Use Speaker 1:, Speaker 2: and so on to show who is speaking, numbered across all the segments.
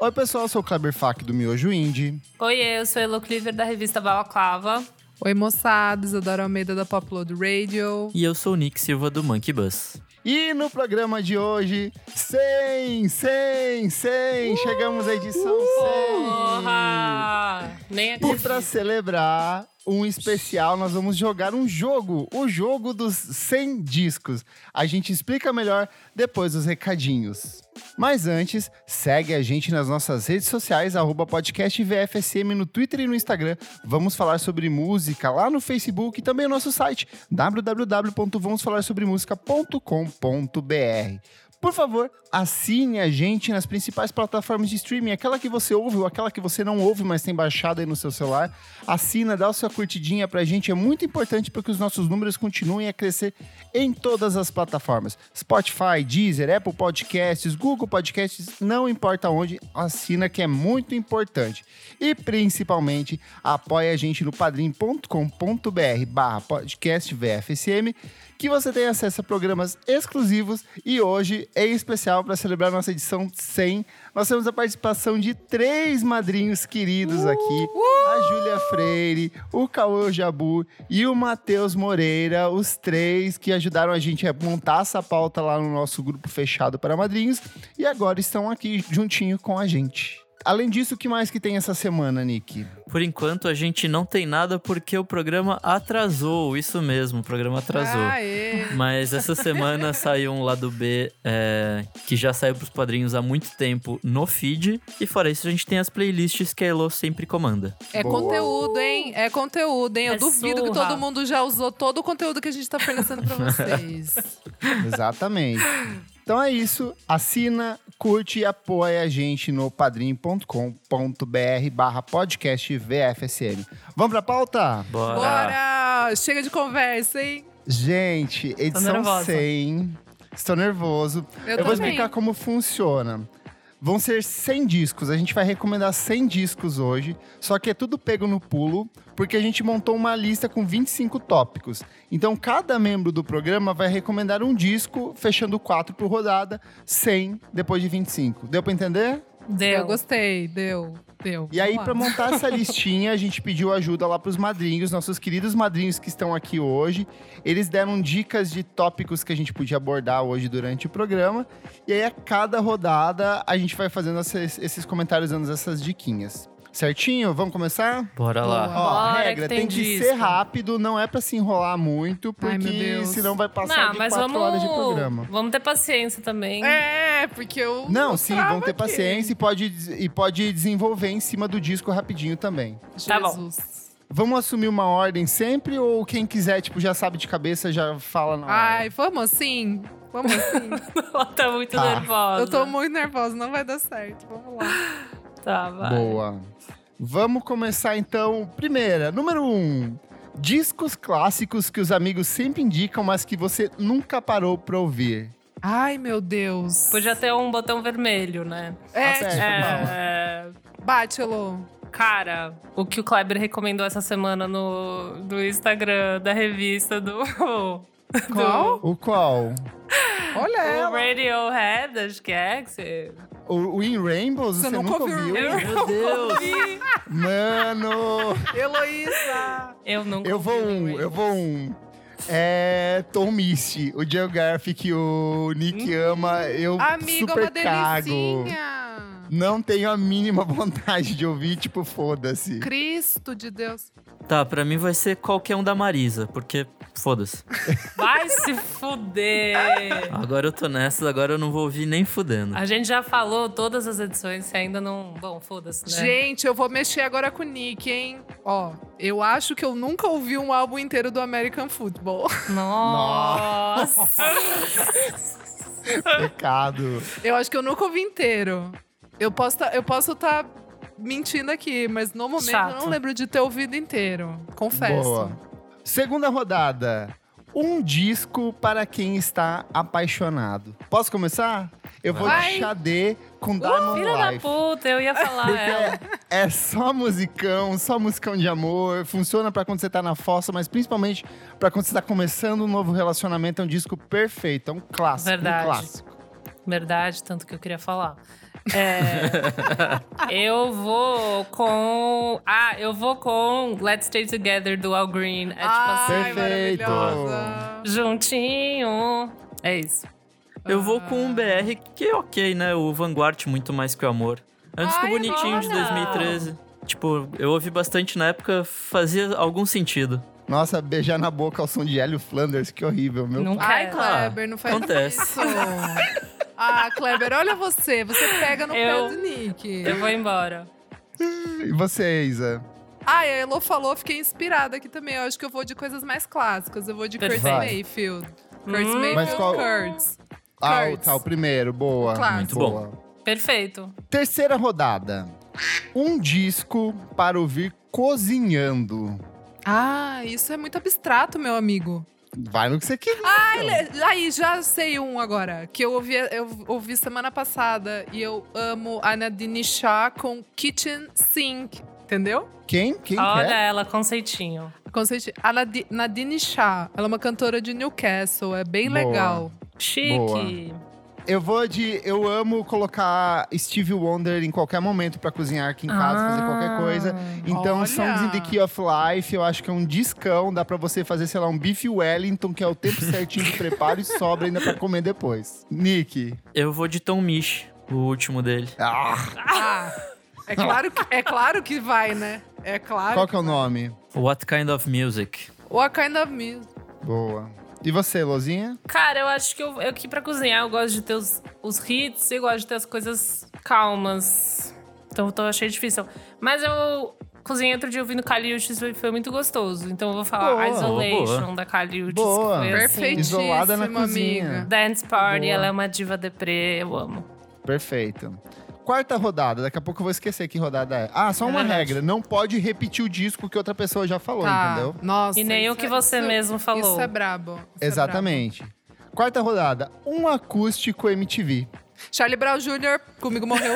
Speaker 1: Oi, pessoal, eu sou o Kleber Fak do Miojo Indie.
Speaker 2: Oi, eu sou a Elo Cleaver da revista Balaclava.
Speaker 3: Oi, moçadas, Adoro Almeida da Popload Radio.
Speaker 4: E eu sou o Nick Silva do Monkey Bus.
Speaker 1: E no programa de hoje, 100, 100, 100! Chegamos à edição 100!
Speaker 2: Porra! Nem aqui.
Speaker 1: E pra celebrar um especial, nós vamos jogar um jogo. O jogo dos 100 discos. A gente explica melhor depois dos recadinhos. Mas antes, segue a gente nas nossas redes sociais, arroba podcast VFSM no Twitter e no Instagram. Vamos falar sobre música lá no Facebook e também no nosso site www.vamosfalarsobremusica.com.br. Por favor, assine a gente nas principais plataformas de streaming, aquela que você ouve ou aquela que você não ouve, mas tem baixada aí no seu celular. Assina, dá a sua curtidinha pra gente, é muito importante para que os nossos números continuem a crescer em todas as plataformas. Spotify, Deezer, Apple Podcasts, Google Podcasts, não importa onde, assina que é muito importante. E principalmente, apoia a gente no padrim.com.br barra podcast VFSM que você tem acesso a programas exclusivos e hoje, em especial, para celebrar nossa edição 100, nós temos a participação de três madrinhos queridos aqui: a Júlia Freire, o Cauê Jabu e o Matheus Moreira, os três que ajudaram a gente a montar essa pauta lá no nosso grupo fechado para madrinhos e agora estão aqui juntinho com a gente. Além disso, o que mais que tem essa semana, Nick?
Speaker 4: Por enquanto a gente não tem nada porque o programa atrasou, isso mesmo, o programa atrasou.
Speaker 3: Aê!
Speaker 4: Mas essa semana saiu um lado B é, que já saiu pros padrinhos há muito tempo no feed. E fora isso, a gente tem as playlists que a Elo sempre comanda.
Speaker 3: É
Speaker 1: Boa.
Speaker 3: conteúdo, hein? É conteúdo, hein? Eu
Speaker 2: É
Speaker 3: duvido que
Speaker 2: surra.
Speaker 3: todo mundo já usou todo o conteúdo que a gente tá fornecendo pra vocês.
Speaker 1: Exatamente. Então é isso. Assina, curte e apoia a gente no padrim.com.br barra podcast VFSM. Vamos pra pauta?
Speaker 4: Bora!
Speaker 3: Bora! Chega de conversa, hein?
Speaker 1: Gente, edição
Speaker 2: nervosa.
Speaker 1: 100. Estou nervoso. vou
Speaker 3: Eu, também.
Speaker 1: explicar como funciona. Vão ser 100 discos. A gente vai recomendar 100 discos hoje. Só que é tudo pego no pulo, porque a gente montou uma lista com 25 tópicos. Então, cada membro do programa vai recomendar um disco, fechando 4 por rodada, 100 depois de 25. Deu pra entender?
Speaker 3: Eu
Speaker 2: Deu.
Speaker 3: gostei, deu, deu.
Speaker 1: é. E aí,
Speaker 3: Vamos lá.
Speaker 1: pra montar essa listinha, a gente pediu ajuda lá pros madrinhos, nossos queridos madrinhos que estão aqui hoje. Eles deram dicas de tópicos que a gente podia abordar hoje durante o programa. E aí, a cada rodada, a gente vai fazendo esses, esses comentários, dando essas diquinhas. Certinho? Vamos começar?
Speaker 4: Bora lá.
Speaker 3: Boa.
Speaker 1: Ó, a
Speaker 2: Bora,
Speaker 1: regra
Speaker 2: que
Speaker 1: tem,
Speaker 2: tem
Speaker 1: que
Speaker 2: disco.
Speaker 1: ser rápido, não é pra se enrolar muito,
Speaker 3: Ai, meu
Speaker 1: porque
Speaker 3: Deus.
Speaker 1: senão vai passar
Speaker 2: Não,
Speaker 1: de
Speaker 2: mas
Speaker 1: quatro
Speaker 2: vamos.
Speaker 1: horas de programa.
Speaker 2: Vamos ter paciência também.
Speaker 3: É, porque eu.
Speaker 1: Não, sim,
Speaker 3: trava
Speaker 1: vão ter
Speaker 3: aqui.
Speaker 1: paciência e pode, des- e pode desenvolver em cima do disco rapidinho também.
Speaker 2: Tá bom.
Speaker 3: Jesus.
Speaker 1: Vamos assumir uma ordem sempre ou quem quiser, tipo, já sabe de cabeça, já fala na hora?
Speaker 3: Ai, vamos assim? Vamos assim.
Speaker 2: Ela tá muito
Speaker 1: Tá.
Speaker 2: nervosa.
Speaker 3: eu tô muito nervosa, não vai dar certo. Vamos lá.
Speaker 2: Tá, vai.
Speaker 1: Boa. Vamos começar então. Primeira, número um. Discos clássicos que os amigos sempre indicam, mas que você nunca parou pra ouvir.
Speaker 3: Ai, meu Deus.
Speaker 2: Podia ter um botão vermelho, né?
Speaker 3: É,
Speaker 1: Aperta,
Speaker 3: tipo,
Speaker 1: fala.
Speaker 2: É,
Speaker 3: bate, Elô.
Speaker 2: cara, o que o Kleber recomendou essa semana no, no Instagram da revista do.
Speaker 3: Qual?
Speaker 1: O qual?
Speaker 3: Olha
Speaker 1: É
Speaker 2: do
Speaker 3: ela.
Speaker 2: Radiohead, acho que é. Que você...
Speaker 1: O, o In Rainbows? Você,
Speaker 3: Você nunca ouviu?
Speaker 1: ouviu?
Speaker 2: Eu
Speaker 4: Meu Deus!
Speaker 1: Mano!
Speaker 3: Heloísa.
Speaker 2: Eu nunca.
Speaker 1: Eu vou
Speaker 2: ouvi,
Speaker 1: um,
Speaker 2: né?
Speaker 1: eu vou um. É. Tom Mist, o Geographic que o Nick ama, eu
Speaker 3: Amiga,
Speaker 1: super
Speaker 3: Hum. é uma
Speaker 1: cago.
Speaker 3: delicinha.
Speaker 1: Não tenho a mínima vontade de ouvir, tipo, foda-se.
Speaker 3: Cristo de Deus.
Speaker 1: Né?
Speaker 4: Tá, pra mim vai ser qualquer um da Marisa, porque foda-se.
Speaker 2: Vai se fuder!
Speaker 4: Agora eu tô nessa, agora eu não vou ouvir nem fudendo.
Speaker 2: A gente já falou todas as edições, se ainda não. Bom, foda-se, né?
Speaker 3: Gente, eu vou mexer agora com o Nick, hein? Ó, eu acho que eu nunca ouvi um álbum inteiro do American Football.
Speaker 2: Nossa!
Speaker 1: Pecado.
Speaker 3: Eu acho que eu nunca ouvi inteiro. Eu posso tá, eu posso tá mentindo aqui, mas no momento eu
Speaker 2: Chato.
Speaker 3: não lembro de ter ouvido inteiro. Confesso.
Speaker 1: Boa. Segunda rodada. Um disco para quem está apaixonado. Posso começar? Eu vou
Speaker 3: Vai.
Speaker 1: de Xadê com Diamond
Speaker 2: Uh, Filha da
Speaker 1: Life.
Speaker 2: puta, eu ia falar ela.
Speaker 1: Porque é só musicão, só musicão de amor. Funciona pra quando você tá na fossa, mas principalmente pra quando você tá começando um novo relacionamento. É um disco perfeito, é um clássico. um
Speaker 2: Verdade.
Speaker 1: clássico.
Speaker 2: Verdade, tanto que eu queria falar. É, Eu vou com. Ah, eu vou com Let's Stay Together do Al Green. É tipo
Speaker 1: Ah.
Speaker 2: assim,
Speaker 3: Ai,
Speaker 1: Perfeito.
Speaker 3: maravilhosa.
Speaker 2: juntinho. É isso.
Speaker 4: Eu vou com
Speaker 2: Ah.
Speaker 4: um BR que é ok, né? O Vanguard muito mais que o amor. Antes que o
Speaker 3: Ai,
Speaker 4: bonitinho de
Speaker 2: olha!
Speaker 4: 2013. Tipo, eu ouvi bastante na época, fazia algum sentido.
Speaker 1: Nossa, beijar na boca ao som de Hélio Flanders, que horrível, meu.
Speaker 2: Nunca
Speaker 3: Ai,
Speaker 2: é.
Speaker 3: Kleber, não faz
Speaker 4: Acontece.
Speaker 3: isso. Ah, Kleber, olha você. Você pega no
Speaker 2: Eu-
Speaker 3: pé do Nick.
Speaker 2: Eu vou embora.
Speaker 1: E você, Isa?
Speaker 3: Ah, e a Elo falou, fiquei inspirada aqui também. Eu acho que eu vou de coisas mais clássicas. Eu vou de Curtis
Speaker 1: Perfeito.
Speaker 3: Mayfield. Curtis
Speaker 2: Hum.
Speaker 1: Mas
Speaker 3: Mayfield,
Speaker 1: qual-
Speaker 3: Kurtz.
Speaker 1: Ah, o,
Speaker 3: Kurtz.
Speaker 1: tá, o primeiro, boa.
Speaker 3: Claro.
Speaker 4: Muito
Speaker 1: boa.
Speaker 2: Perfeito.
Speaker 1: Terceira rodada. Um disco para ouvir cozinhando.
Speaker 3: Ah, isso é muito abstrato, meu amigo.
Speaker 1: Vai no que você quiser.
Speaker 3: Ele- É, Aí, já sei um agora, que eu ouvi, eu ouvi semana passada. E eu amo a Nadine Shah com Kitchen Sink, entendeu?
Speaker 1: Quem? Quem é?
Speaker 2: Olha
Speaker 1: quer?
Speaker 2: ela, conceitinho.
Speaker 3: Conceito- A Nadi- Nadine Shah, ela é uma cantora de Newcastle, é bem
Speaker 1: Boa.
Speaker 3: legal.
Speaker 2: Chique.
Speaker 1: Boa. Eu vou de. Eu amo colocar Steve Wonder em qualquer momento pra cozinhar aqui em casa, fazer qualquer coisa. Então,
Speaker 3: olha.
Speaker 1: Songs in the Key of Life, eu acho que é um discão. Dá pra você fazer, sei lá, um bife Wellington, que é o tempo certinho de preparo e sobra ainda pra comer depois. Nick.
Speaker 4: Eu vou de Tom Misch, o último dele.
Speaker 1: Ah,
Speaker 3: Ah, é claro que, é claro que vai, né? É claro.
Speaker 1: qual que é o nome?
Speaker 4: What Kind of Music?
Speaker 3: What kind of music?
Speaker 1: Boa. E você, Lozinha?
Speaker 2: Cara, eu acho que eu, eu que pra cozinhar eu gosto de ter os, os hits e gosto de ter as coisas calmas. Então eu tô achei difícil. Mas eu cozinhei outro dia ouvindo Caliuches e foi muito gostoso. Então eu vou falar
Speaker 1: Boa.
Speaker 2: Isolation
Speaker 4: Boa.
Speaker 2: da Caliuches.
Speaker 4: Tipo,
Speaker 2: que
Speaker 1: Boa.
Speaker 2: Foi
Speaker 3: Perfeitíssima,
Speaker 2: assim,
Speaker 1: Isolada na
Speaker 3: amiga.
Speaker 1: cozinha.
Speaker 2: Dance Party,
Speaker 1: Boa.
Speaker 2: ela é uma diva deprê, eu amo.
Speaker 1: Perfeito. Quarta rodada, daqui a pouco eu vou esquecer que rodada é. Ah, só
Speaker 2: É
Speaker 1: uma
Speaker 2: verdade.
Speaker 1: regra: não pode repetir o disco que outra pessoa já falou,
Speaker 3: Tá,
Speaker 1: entendeu?
Speaker 3: Nossa.
Speaker 2: E nem
Speaker 3: isso
Speaker 2: o que
Speaker 3: é-
Speaker 2: você
Speaker 3: isso-
Speaker 2: mesmo falou.
Speaker 3: Isso é brabo. isso é
Speaker 1: Exatamente. Quarta rodada, um acústico MTV.
Speaker 3: brabo. Charlie Brown Jr., comigo morreu.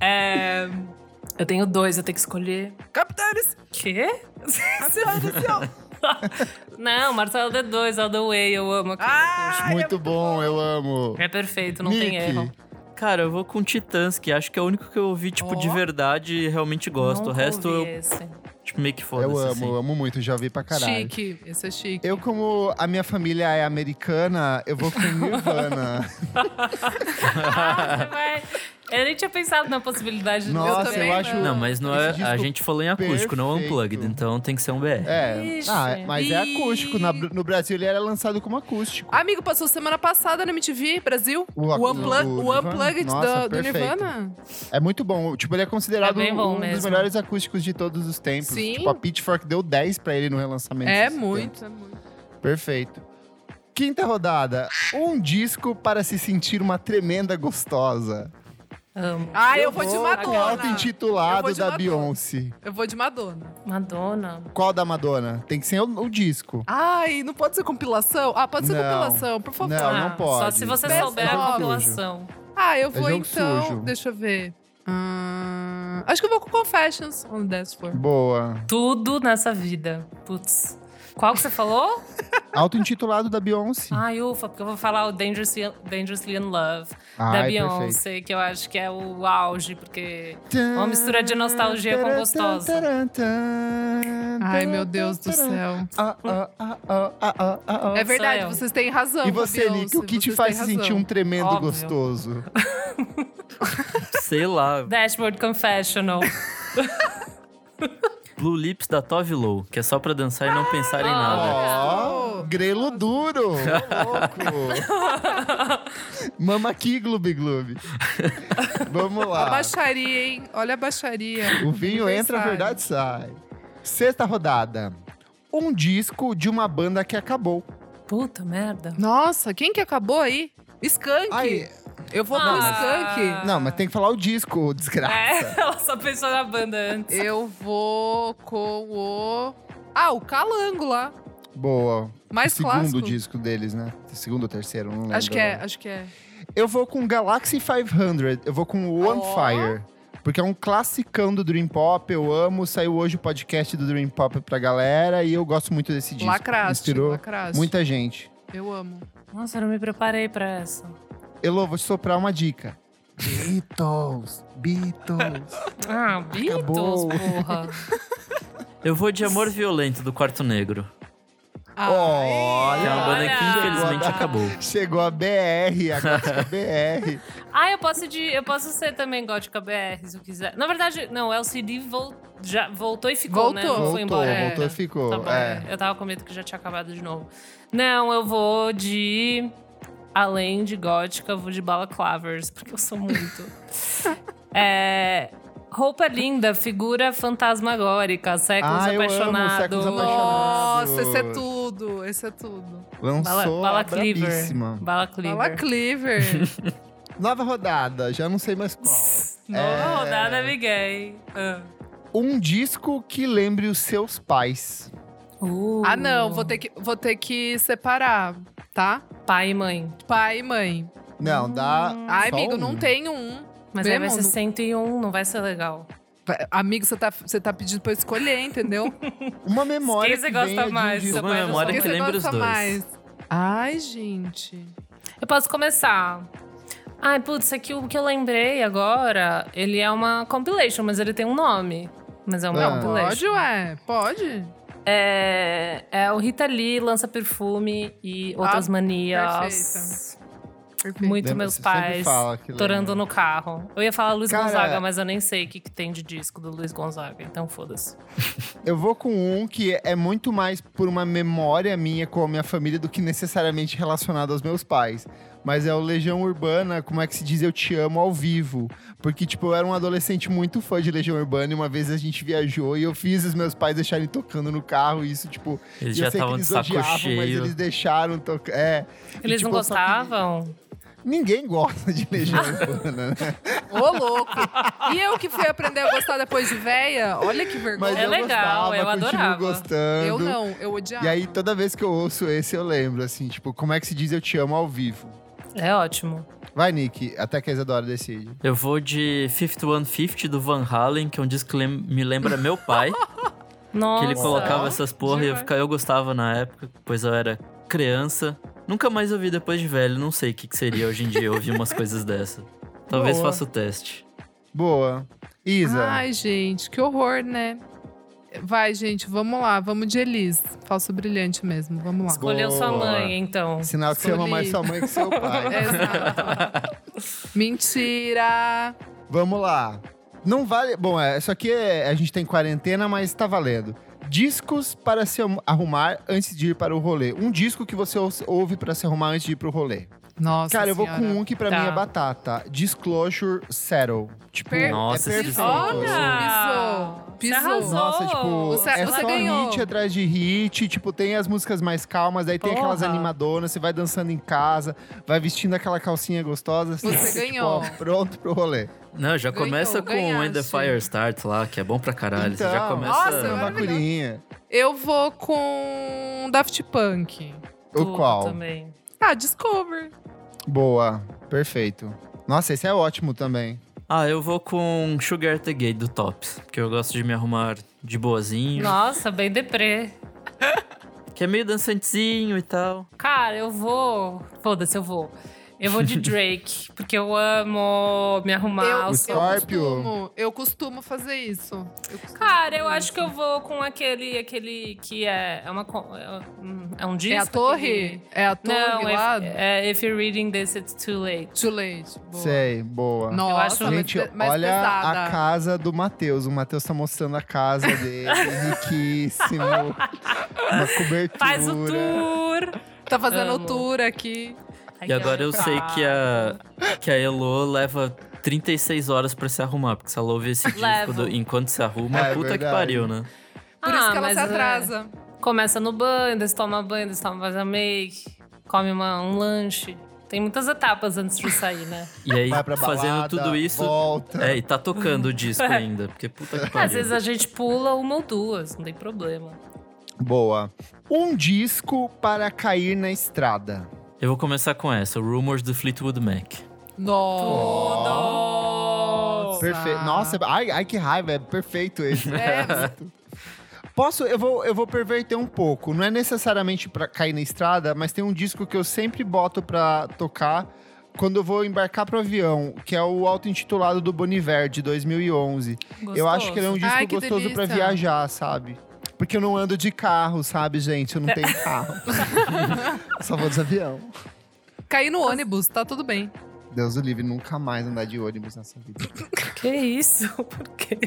Speaker 2: É, Eu tenho dois, eu tenho que escolher.
Speaker 3: Capitães!
Speaker 2: Quê?
Speaker 3: Capitães do céu!
Speaker 2: Não, Marcelo D2, All the Way, eu amo aquele acústico.
Speaker 3: Ai, é
Speaker 1: muito bom, eu amo.
Speaker 2: É perfeito, não tem
Speaker 1: Nick,
Speaker 2: erro.
Speaker 4: Cara, eu vou com Titãs, que acho que é o único que eu ouvi, tipo,
Speaker 3: Ó.
Speaker 4: de verdade e realmente gosto. o
Speaker 2: Nunca
Speaker 4: resto
Speaker 2: ouvi
Speaker 4: eu,
Speaker 2: esse.
Speaker 4: tipo, meio que
Speaker 1: eu
Speaker 4: foda-se,
Speaker 1: amo,
Speaker 4: assim.
Speaker 1: eu amo muito, já vi pra caralho.
Speaker 3: Chique, esse é chique.
Speaker 1: Eu, como a minha família é americana, eu vou com Nirvana.
Speaker 2: Ah, você vai- Eu nem tinha pensado na possibilidade de
Speaker 1: Nossa, eu,
Speaker 3: também
Speaker 1: acho.
Speaker 4: Não, mas não
Speaker 1: esse
Speaker 4: é,
Speaker 1: disco
Speaker 4: a gente falou em acústico, não
Speaker 1: perfeito.
Speaker 4: unplugged, então tem que ser um BR.
Speaker 1: É.
Speaker 2: Ixi.
Speaker 1: Ah, mas é acústico. Na- no Brasil ele era lançado como acústico.
Speaker 3: Amigo, passou semana passada na MTV, Brasil.
Speaker 1: O
Speaker 3: O,
Speaker 1: acústico
Speaker 3: unplug,
Speaker 1: do
Speaker 3: o
Speaker 1: Nirvana.
Speaker 3: Unplugged
Speaker 1: Nossa,
Speaker 3: do, do
Speaker 1: perfeito.
Speaker 3: Nirvana.
Speaker 1: É muito bom. Tipo, ele é considerado
Speaker 2: É bem bom
Speaker 1: um dos
Speaker 2: mesmo.
Speaker 1: melhores acústicos de todos os tempos.
Speaker 3: Sim.
Speaker 1: Tipo, a Pitchfork deu 10 pra ele no relançamento.
Speaker 3: É
Speaker 1: desse
Speaker 3: muito, é muito.
Speaker 1: tempo. Perfeito. Quinta rodada. Um disco para se sentir uma tremenda gostosa.
Speaker 2: Amo.
Speaker 3: Ah, eu, vou de
Speaker 1: O
Speaker 3: Madonna. Eu
Speaker 1: auto-intitulado
Speaker 3: vou de
Speaker 1: da
Speaker 3: Madonna.
Speaker 1: Beyoncé.
Speaker 3: Eu vou de Madonna.
Speaker 2: Madonna.
Speaker 1: Qual da Madonna? Tem que ser o, o disco.
Speaker 3: Ai, não pode ser compilação? Ah, pode ser
Speaker 1: Não.
Speaker 3: compilação, por favor.
Speaker 1: Não, não
Speaker 2: Ah, Só
Speaker 1: pode.
Speaker 2: se você
Speaker 1: Best
Speaker 2: souber
Speaker 3: of.
Speaker 2: a compilação.
Speaker 3: Ah, eu vou
Speaker 1: jogo
Speaker 3: então.
Speaker 1: sujo.
Speaker 3: Deixa eu ver. Hum, acho que eu vou com Confessions on the Dance Floor.
Speaker 1: Boa.
Speaker 2: Tudo nessa vida. Putz. Qual que você falou?
Speaker 1: Auto-intitulado da Beyoncé.
Speaker 2: Ai, ufa, porque eu vou falar o Dangerously, Dangerously in Love, da
Speaker 1: Ai,
Speaker 2: Beyoncé, que eu acho que é o auge, porque uma mistura de nostalgia com gostosa.
Speaker 3: Ai, meu Deus do céu.
Speaker 1: Ah, ah, ah, ah, ah, ah, ah.
Speaker 3: É verdade,
Speaker 2: eu.
Speaker 3: vocês têm razão.
Speaker 1: E você,
Speaker 3: Fabião,
Speaker 1: Nick, o que te
Speaker 3: vocês
Speaker 1: faz
Speaker 3: têm
Speaker 1: se sentir
Speaker 3: razão.
Speaker 1: um tremendo
Speaker 2: Óbvio.
Speaker 1: gostoso?
Speaker 4: Sei lá,
Speaker 2: Dashboard Confessional.
Speaker 4: Blue Lips da Tove Low, que é só pra dançar e não pensar em
Speaker 2: Ah.
Speaker 4: nada.
Speaker 1: Ó, grelo duro! Ô, louco! Mama aqui, Gloob Gloob. Vamos
Speaker 3: A
Speaker 1: lá.
Speaker 3: baixaria, hein? Olha a baixaria.
Speaker 1: O vinho
Speaker 3: Ninguém
Speaker 1: entra, a
Speaker 3: sabe.
Speaker 1: verdade sai. Sexta rodada. Um disco de uma banda que acabou.
Speaker 2: Puta merda.
Speaker 3: Nossa, quem que acabou aí? Skank.
Speaker 1: Ai,
Speaker 3: Eu vou com
Speaker 2: Ah.
Speaker 3: Skank.
Speaker 1: não, mas tem que falar o disco, desgraça.
Speaker 2: É, ela só pensou na banda antes.
Speaker 3: Eu vou com o. Ah, o Calango lá.
Speaker 1: Boa.
Speaker 3: Mais
Speaker 1: Segundo
Speaker 3: clássico.
Speaker 1: disco deles, né? Segundo ou terceiro, não lembro.
Speaker 3: Acho que é,
Speaker 1: agora.
Speaker 3: acho que é.
Speaker 1: Eu vou com Galaxy 500. Eu vou com o On
Speaker 3: Ó.
Speaker 1: Fire. Porque é um classicão do Dream Pop, eu amo. Saiu hoje o podcast do Dream Pop pra galera e eu gosto muito desse disco.
Speaker 3: Lacraste.
Speaker 1: Inspirou
Speaker 3: Lacraste.
Speaker 1: muita gente.
Speaker 3: Eu amo.
Speaker 2: Nossa, eu não me preparei pra essa.
Speaker 1: Elô, vou te soprar uma dica. Beatles, Beatles.
Speaker 2: Ah, Beatles,
Speaker 1: Acabou.
Speaker 2: porra.
Speaker 4: Eu vou de Amor Violento do Quarto Negro.
Speaker 3: Ah,
Speaker 4: Que é uma
Speaker 1: Olha!
Speaker 4: banda que
Speaker 2: Olha!
Speaker 4: infelizmente acabou.
Speaker 1: Chegou a BR, a gótica BR.
Speaker 2: Ah, eu posso, de, eu posso ser também gótica BR, se eu quiser. Na verdade, não, o LCD vol, já voltou e ficou, né? Não
Speaker 3: Voltou.
Speaker 2: foi
Speaker 1: Voltou,
Speaker 2: embora.
Speaker 1: voltou
Speaker 2: É.
Speaker 1: e
Speaker 3: né?
Speaker 1: ficou.
Speaker 2: Tá bom,
Speaker 1: é.
Speaker 2: Eu tava com medo que já tinha acabado de novo. Não, eu vou de. Além de gótica, eu vou de balaclavers, porque eu sou muito. é. Roupa linda, figura fantasmagórica, séculos
Speaker 1: Ah, eu amo
Speaker 2: apaixonados.
Speaker 1: Séculos Apaixonados.
Speaker 3: Nossa, esse é tudo, esse é tudo.
Speaker 1: Lançou
Speaker 2: Bala,
Speaker 1: a
Speaker 2: Bala Cleaver.
Speaker 1: brabíssima.
Speaker 2: Bala
Speaker 3: Fala
Speaker 2: Cleaver.
Speaker 3: Cleaver.
Speaker 1: Nova rodada, já não sei mais qual.
Speaker 2: Nova
Speaker 1: É.
Speaker 2: rodada, Miguel. Ah.
Speaker 1: Um disco que lembre os seus pais. Tipo,
Speaker 2: Uh.
Speaker 3: ah, não, vou ter, que, vou ter que separar, tá?
Speaker 1: Uh.
Speaker 2: Pai e mãe.
Speaker 3: Pai e mãe.
Speaker 1: Não, dá.
Speaker 3: Ai,
Speaker 1: só
Speaker 3: amigo,
Speaker 1: um.
Speaker 3: não tenho um.
Speaker 2: Mas aí
Speaker 3: Mesmo?
Speaker 2: vai ser 101, não vai ser legal.
Speaker 3: Vai- Amigo, você tá, você tá pedindo pra eu escolher, entendeu?
Speaker 1: Uma memória.
Speaker 2: Quem você
Speaker 1: que
Speaker 2: gosta
Speaker 1: venha de um
Speaker 2: mais?
Speaker 1: disco.
Speaker 2: Seu
Speaker 4: Uma
Speaker 2: pai ou
Speaker 4: memória
Speaker 2: sua
Speaker 4: que
Speaker 3: Porque
Speaker 2: mãe?
Speaker 3: você
Speaker 4: lembra os
Speaker 3: gosta
Speaker 4: dois.
Speaker 3: mais. Ai, gente.
Speaker 2: Eu posso começar. Ai, putz, aqui o que eu lembrei agora, ele é uma compilation, mas ele tem um nome. Mas é uma
Speaker 1: Não,
Speaker 2: compilation.
Speaker 3: Pode, ué? Pode?
Speaker 2: É, é o Rita Lee lança perfume e outras
Speaker 3: Ah,
Speaker 2: manias.
Speaker 3: Perfeito.
Speaker 2: Muito
Speaker 1: Lembra-
Speaker 2: meus
Speaker 1: você sempre
Speaker 2: pais.
Speaker 1: fala né? que
Speaker 2: Torando
Speaker 1: lembra.
Speaker 2: no carro. Eu ia falar Luiz
Speaker 1: Cara-
Speaker 2: Gonzaga, mas eu nem sei o que, que tem de disco do Luiz Gonzaga, então foda-se.
Speaker 1: Eu vou com um que é muito mais por uma memória minha com a minha família do que necessariamente relacionado aos meus pais. Mas é o Legião Urbana, como é que se diz Eu Te Amo ao vivo. Porque, tipo, eu era um adolescente muito fã de Legião Urbana e uma vez a gente viajou e eu fiz os meus pais deixarem tocando no carro e isso, tipo.
Speaker 4: Eles
Speaker 1: e eu
Speaker 4: já
Speaker 1: sei que
Speaker 4: estavam de
Speaker 1: eles
Speaker 4: saco
Speaker 1: odiavam, mas
Speaker 4: cheio.
Speaker 1: eles deixaram tocar. É. E,
Speaker 2: Eles
Speaker 1: tipo,
Speaker 2: não
Speaker 1: eu só queria-
Speaker 2: gostavam?
Speaker 1: Ninguém gosta de Legião Urbana, né?
Speaker 3: Ô, louco. E eu que fui aprender a gostar depois de véia? Olha que
Speaker 1: Mas
Speaker 3: vergonha.
Speaker 2: É
Speaker 1: eu
Speaker 2: legal,
Speaker 1: gostava,
Speaker 2: eu
Speaker 1: continuo
Speaker 2: adorava.
Speaker 1: gostando.
Speaker 3: Eu não, eu odiava.
Speaker 1: E aí, toda vez que eu ouço esse, eu lembro, assim, tipo, como é que se diz eu te amo ao vivo?
Speaker 2: É ótimo.
Speaker 1: Vai, Nick, até que a Isadora decide.
Speaker 4: Eu vou de 5150 do Van Halen, que é um disco que lem- me lembra meu pai.
Speaker 2: Nossa.
Speaker 4: que ele colocava essas porra e eu,
Speaker 2: demais.
Speaker 4: ficava, eu gostava na época, pois eu era criança. Nunca mais ouvi depois de velho, não sei o que, que seria hoje em dia ouvir umas coisas dessa. Talvez
Speaker 1: Boa.
Speaker 4: faça o teste.
Speaker 1: Boa. Isa,
Speaker 3: Ai, gente, que horror, né? Vai, gente, vamos lá. Vamos de Elis. Falso brilhante mesmo. Vamos lá.
Speaker 2: Escolheu sua
Speaker 1: Boa.
Speaker 2: mãe, então.
Speaker 1: sinal que você ama
Speaker 3: escolhi.
Speaker 1: mais
Speaker 3: É.
Speaker 1: sua mãe que seu pai.
Speaker 3: Exato. Mentira!
Speaker 1: Vamos lá. Não vale. Bom, é, isso aqui é- a gente tem quarentena, mas tá valendo. Discos para se am- arrumar antes de ir para o rolê. Um disco que você ouve- ouve para se arrumar antes de ir pro rolê.
Speaker 3: Nossa
Speaker 1: Cara, eu vou
Speaker 3: senhora.
Speaker 1: com um que pra
Speaker 2: Tá.
Speaker 1: mim é batata. Disclosure Settle. Tipo,
Speaker 3: Per-
Speaker 4: Nossa,
Speaker 1: é
Speaker 4: esse
Speaker 1: perfeito.
Speaker 4: disco é muito bom.
Speaker 2: Olha!
Speaker 3: Pisou,
Speaker 2: Você
Speaker 3: pisou.
Speaker 2: arrasou.
Speaker 1: Nossa, tipo,
Speaker 3: Você-
Speaker 1: é
Speaker 3: você
Speaker 1: só
Speaker 3: ganhou.
Speaker 1: hit atrás de hit, tipo, tem as músicas mais calmas, aí tem aquelas
Speaker 2: Porra.
Speaker 1: animadonas, você vai dançando em casa, vai vestindo aquela calcinha gostosa. assim,
Speaker 3: Você
Speaker 1: tipo,
Speaker 3: ganhou.
Speaker 1: ó, pronto pro rolê.
Speaker 4: Não, já
Speaker 3: Ganhou,
Speaker 4: começa com
Speaker 3: ganhaste.
Speaker 4: When the Fire Starts lá, que é bom pra caralho. Você já
Speaker 1: Então,
Speaker 4: começa.
Speaker 3: Nossa,
Speaker 1: uma
Speaker 3: maravilhoso.
Speaker 1: bacurinha.
Speaker 3: Eu vou com Daft Punk.
Speaker 1: O
Speaker 2: Tudo
Speaker 1: qual?
Speaker 2: Também.
Speaker 3: Ah, Discover.
Speaker 1: Boa, perfeito. Nossa, esse é ótimo também.
Speaker 4: Ah, eu vou com Sugar the Gay do Tops, porque eu gosto de me arrumar de boazinho.
Speaker 2: Nossa, bem deprê.
Speaker 4: Que é meio dançantezinho e tal.
Speaker 2: Cara, eu vou. Foda-se, eu vou. Eu vou de Drake, porque eu amo me arrumar.
Speaker 3: eu,
Speaker 1: O
Speaker 2: aos-
Speaker 1: Scorpio.
Speaker 3: Eu costumo, eu costumo fazer isso. Eu costumo
Speaker 2: Cara, eu
Speaker 3: fazer
Speaker 2: acho que eu vou com aquele, aquele que é, é uma. co- é um- É um
Speaker 3: isso.
Speaker 2: disco?
Speaker 3: É a torre?
Speaker 2: aquele-
Speaker 3: É a torre
Speaker 2: Não,
Speaker 3: lá?
Speaker 2: if, é If You're Reading This, It's Too Late.
Speaker 3: De leite. Boa.
Speaker 1: Sei, boa.
Speaker 3: Nossa,
Speaker 2: Eu
Speaker 3: mas
Speaker 1: é Gente,
Speaker 3: pe- mas
Speaker 1: olha
Speaker 3: pesada.
Speaker 1: a casa do Matheus. O Matheus tá mostrando a casa dele, riquíssimo. Uma cobertura.
Speaker 2: Faz o tour!
Speaker 3: Tá fazendo
Speaker 2: Amo.
Speaker 3: tour aqui.
Speaker 4: E agora eu sei que é a, que a Elo leva 36 horas pra se arrumar, porque se ela ouvir esse disco
Speaker 2: Levo.
Speaker 4: do- enquanto se arruma,
Speaker 1: É
Speaker 4: puta que
Speaker 1: verdade.
Speaker 4: pariu, né?
Speaker 3: Por
Speaker 2: Ah,
Speaker 3: isso que ela
Speaker 2: mas
Speaker 3: se
Speaker 2: é-
Speaker 3: atrasa.
Speaker 2: Começa no banho, depois toma banho, depois toma faz a make, come uma- um lanche. Tem muitas etapas antes de sair, né?
Speaker 4: E aí,
Speaker 1: Vai pra balada,
Speaker 4: fazendo tudo isso.
Speaker 1: Volta.
Speaker 4: É, e tá tocando o disco ainda, porque puta que pariu.
Speaker 2: Às vezes a gente pula uma ou duas, não tem problema.
Speaker 1: Boa. Um disco para cair na estrada.
Speaker 4: Eu vou começar com essa, Rumors do Fleetwood Mac.
Speaker 3: Nossa.
Speaker 1: Perfeito. Nossa, ai, ai que raiva, é perfeito esse.
Speaker 3: É,
Speaker 1: Posso, eu vou, eu vou perverter um pouco. Não é necessariamente para cair na estrada, mas tem um disco que eu sempre boto pra tocar quando eu vou embarcar pro avião, que é o auto-intitulado do Boniver de 2011. Eu acho que ele é um disco
Speaker 3: Ai, que
Speaker 1: gostoso pra
Speaker 3: delícia.
Speaker 1: viajar, sabe? Porque eu não ando de carro, sabe, gente? Eu não tenho carro. Só vou de avião.
Speaker 3: Caí no ônibus, tá tudo bem.
Speaker 1: Deus do livre, nunca mais andar de ônibus nessa vida.
Speaker 2: Que isso? Por quê?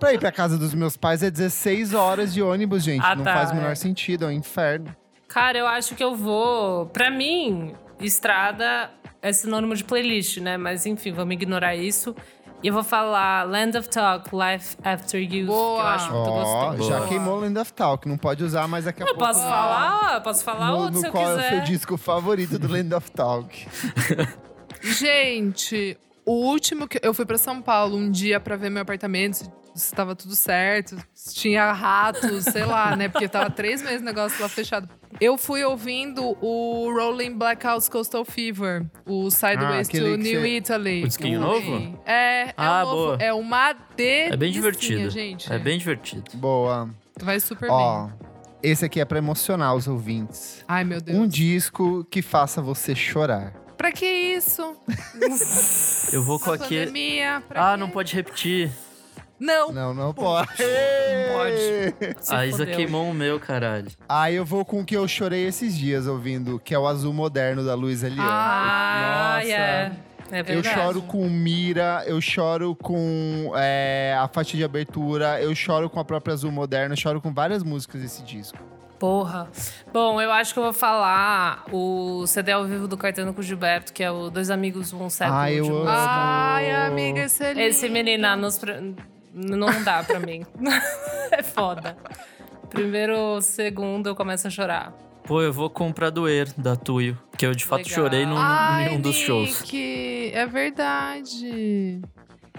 Speaker 1: Pra ir pra casa dos meus pais é 16 horas de ônibus, gente.
Speaker 2: Ah,
Speaker 1: não
Speaker 2: tá,
Speaker 1: faz o menor
Speaker 2: é.
Speaker 1: sentido, é um inferno.
Speaker 2: Cara, eu acho que eu vou. Pra mim, estrada é sinônimo de playlist, né? Mas enfim, vamos ignorar isso. E eu vou falar Land of Talk, Life After Youth, que
Speaker 3: Boa.
Speaker 2: eu acho muito
Speaker 1: Ó,
Speaker 2: gostoso.
Speaker 1: já
Speaker 2: Boa.
Speaker 1: queimou Land of Talk, não pode usar, mas daqui a
Speaker 2: Eu
Speaker 1: pouco.
Speaker 2: posso falar, ó, posso falar
Speaker 1: no,
Speaker 2: outro
Speaker 1: no
Speaker 2: se eu
Speaker 1: qual é o seu
Speaker 2: quiser.
Speaker 1: disco favorito do Land of Talk.
Speaker 3: Gente, o último que eu fui pra São Paulo um dia pra ver meu apartamento, se- se tava tudo certo, se tinha ratos, sei lá, né? Porque tava três meses o negócio lá fechado. Eu fui ouvindo o Rolling Blackouts Coastal Fever, o
Speaker 4: Ah,
Speaker 3: Sideways
Speaker 1: aquele
Speaker 3: to
Speaker 1: que
Speaker 3: New
Speaker 1: você-
Speaker 3: Italy.
Speaker 4: O disquinho novo?
Speaker 3: É, é
Speaker 4: Ah,
Speaker 3: um novo.
Speaker 4: boa.
Speaker 3: É uma delícia,
Speaker 4: É bem divertido.
Speaker 3: gente.
Speaker 4: É bem divertido.
Speaker 1: Boa.
Speaker 3: Vai super bem.
Speaker 1: Ó, esse aqui é pra emocionar os ouvintes.
Speaker 3: Ai, meu Deus.
Speaker 1: Um disco que faça você chorar.
Speaker 3: Pra que isso?
Speaker 4: Eu vou com
Speaker 3: A
Speaker 4: aqui.
Speaker 3: pandemia, pra
Speaker 4: Ah,
Speaker 3: quê?
Speaker 4: não pode repetir.
Speaker 3: Não,
Speaker 1: Não, não pode.
Speaker 2: Pode. Se
Speaker 4: a Isa
Speaker 2: fudeu.
Speaker 4: queimou o meu, caralho.
Speaker 1: Aí eu vou com o que eu chorei esses dias ouvindo, que é o Azul Moderno da Luísa Leão.
Speaker 2: Ah,
Speaker 1: Nossa.
Speaker 2: é. É
Speaker 1: Eu
Speaker 2: verdade.
Speaker 1: choro com Mira, eu choro com é, a faixa de abertura, eu choro com a própria Azul Moderno, eu choro com várias músicas desse disco.
Speaker 2: Porra. Bom, eu acho que eu vou falar o CD ao vivo do Caetano com o Gilberto, que é o Dois Amigos, Um Certo
Speaker 1: Ah, eu
Speaker 2: Último.
Speaker 1: amo.
Speaker 3: Ai, amiga, esse é lindo.
Speaker 2: Esse menina nos pra- não dá pra mim. é foda. Primeiro, segundo, eu começo a chorar.
Speaker 4: Pô, eu vou com pra doer da Tuyo, que eu de fato
Speaker 2: Legal.
Speaker 4: chorei num,
Speaker 3: Ai,
Speaker 4: nenhum um, dos
Speaker 3: Ah, Nick,
Speaker 4: shows.
Speaker 3: É verdade.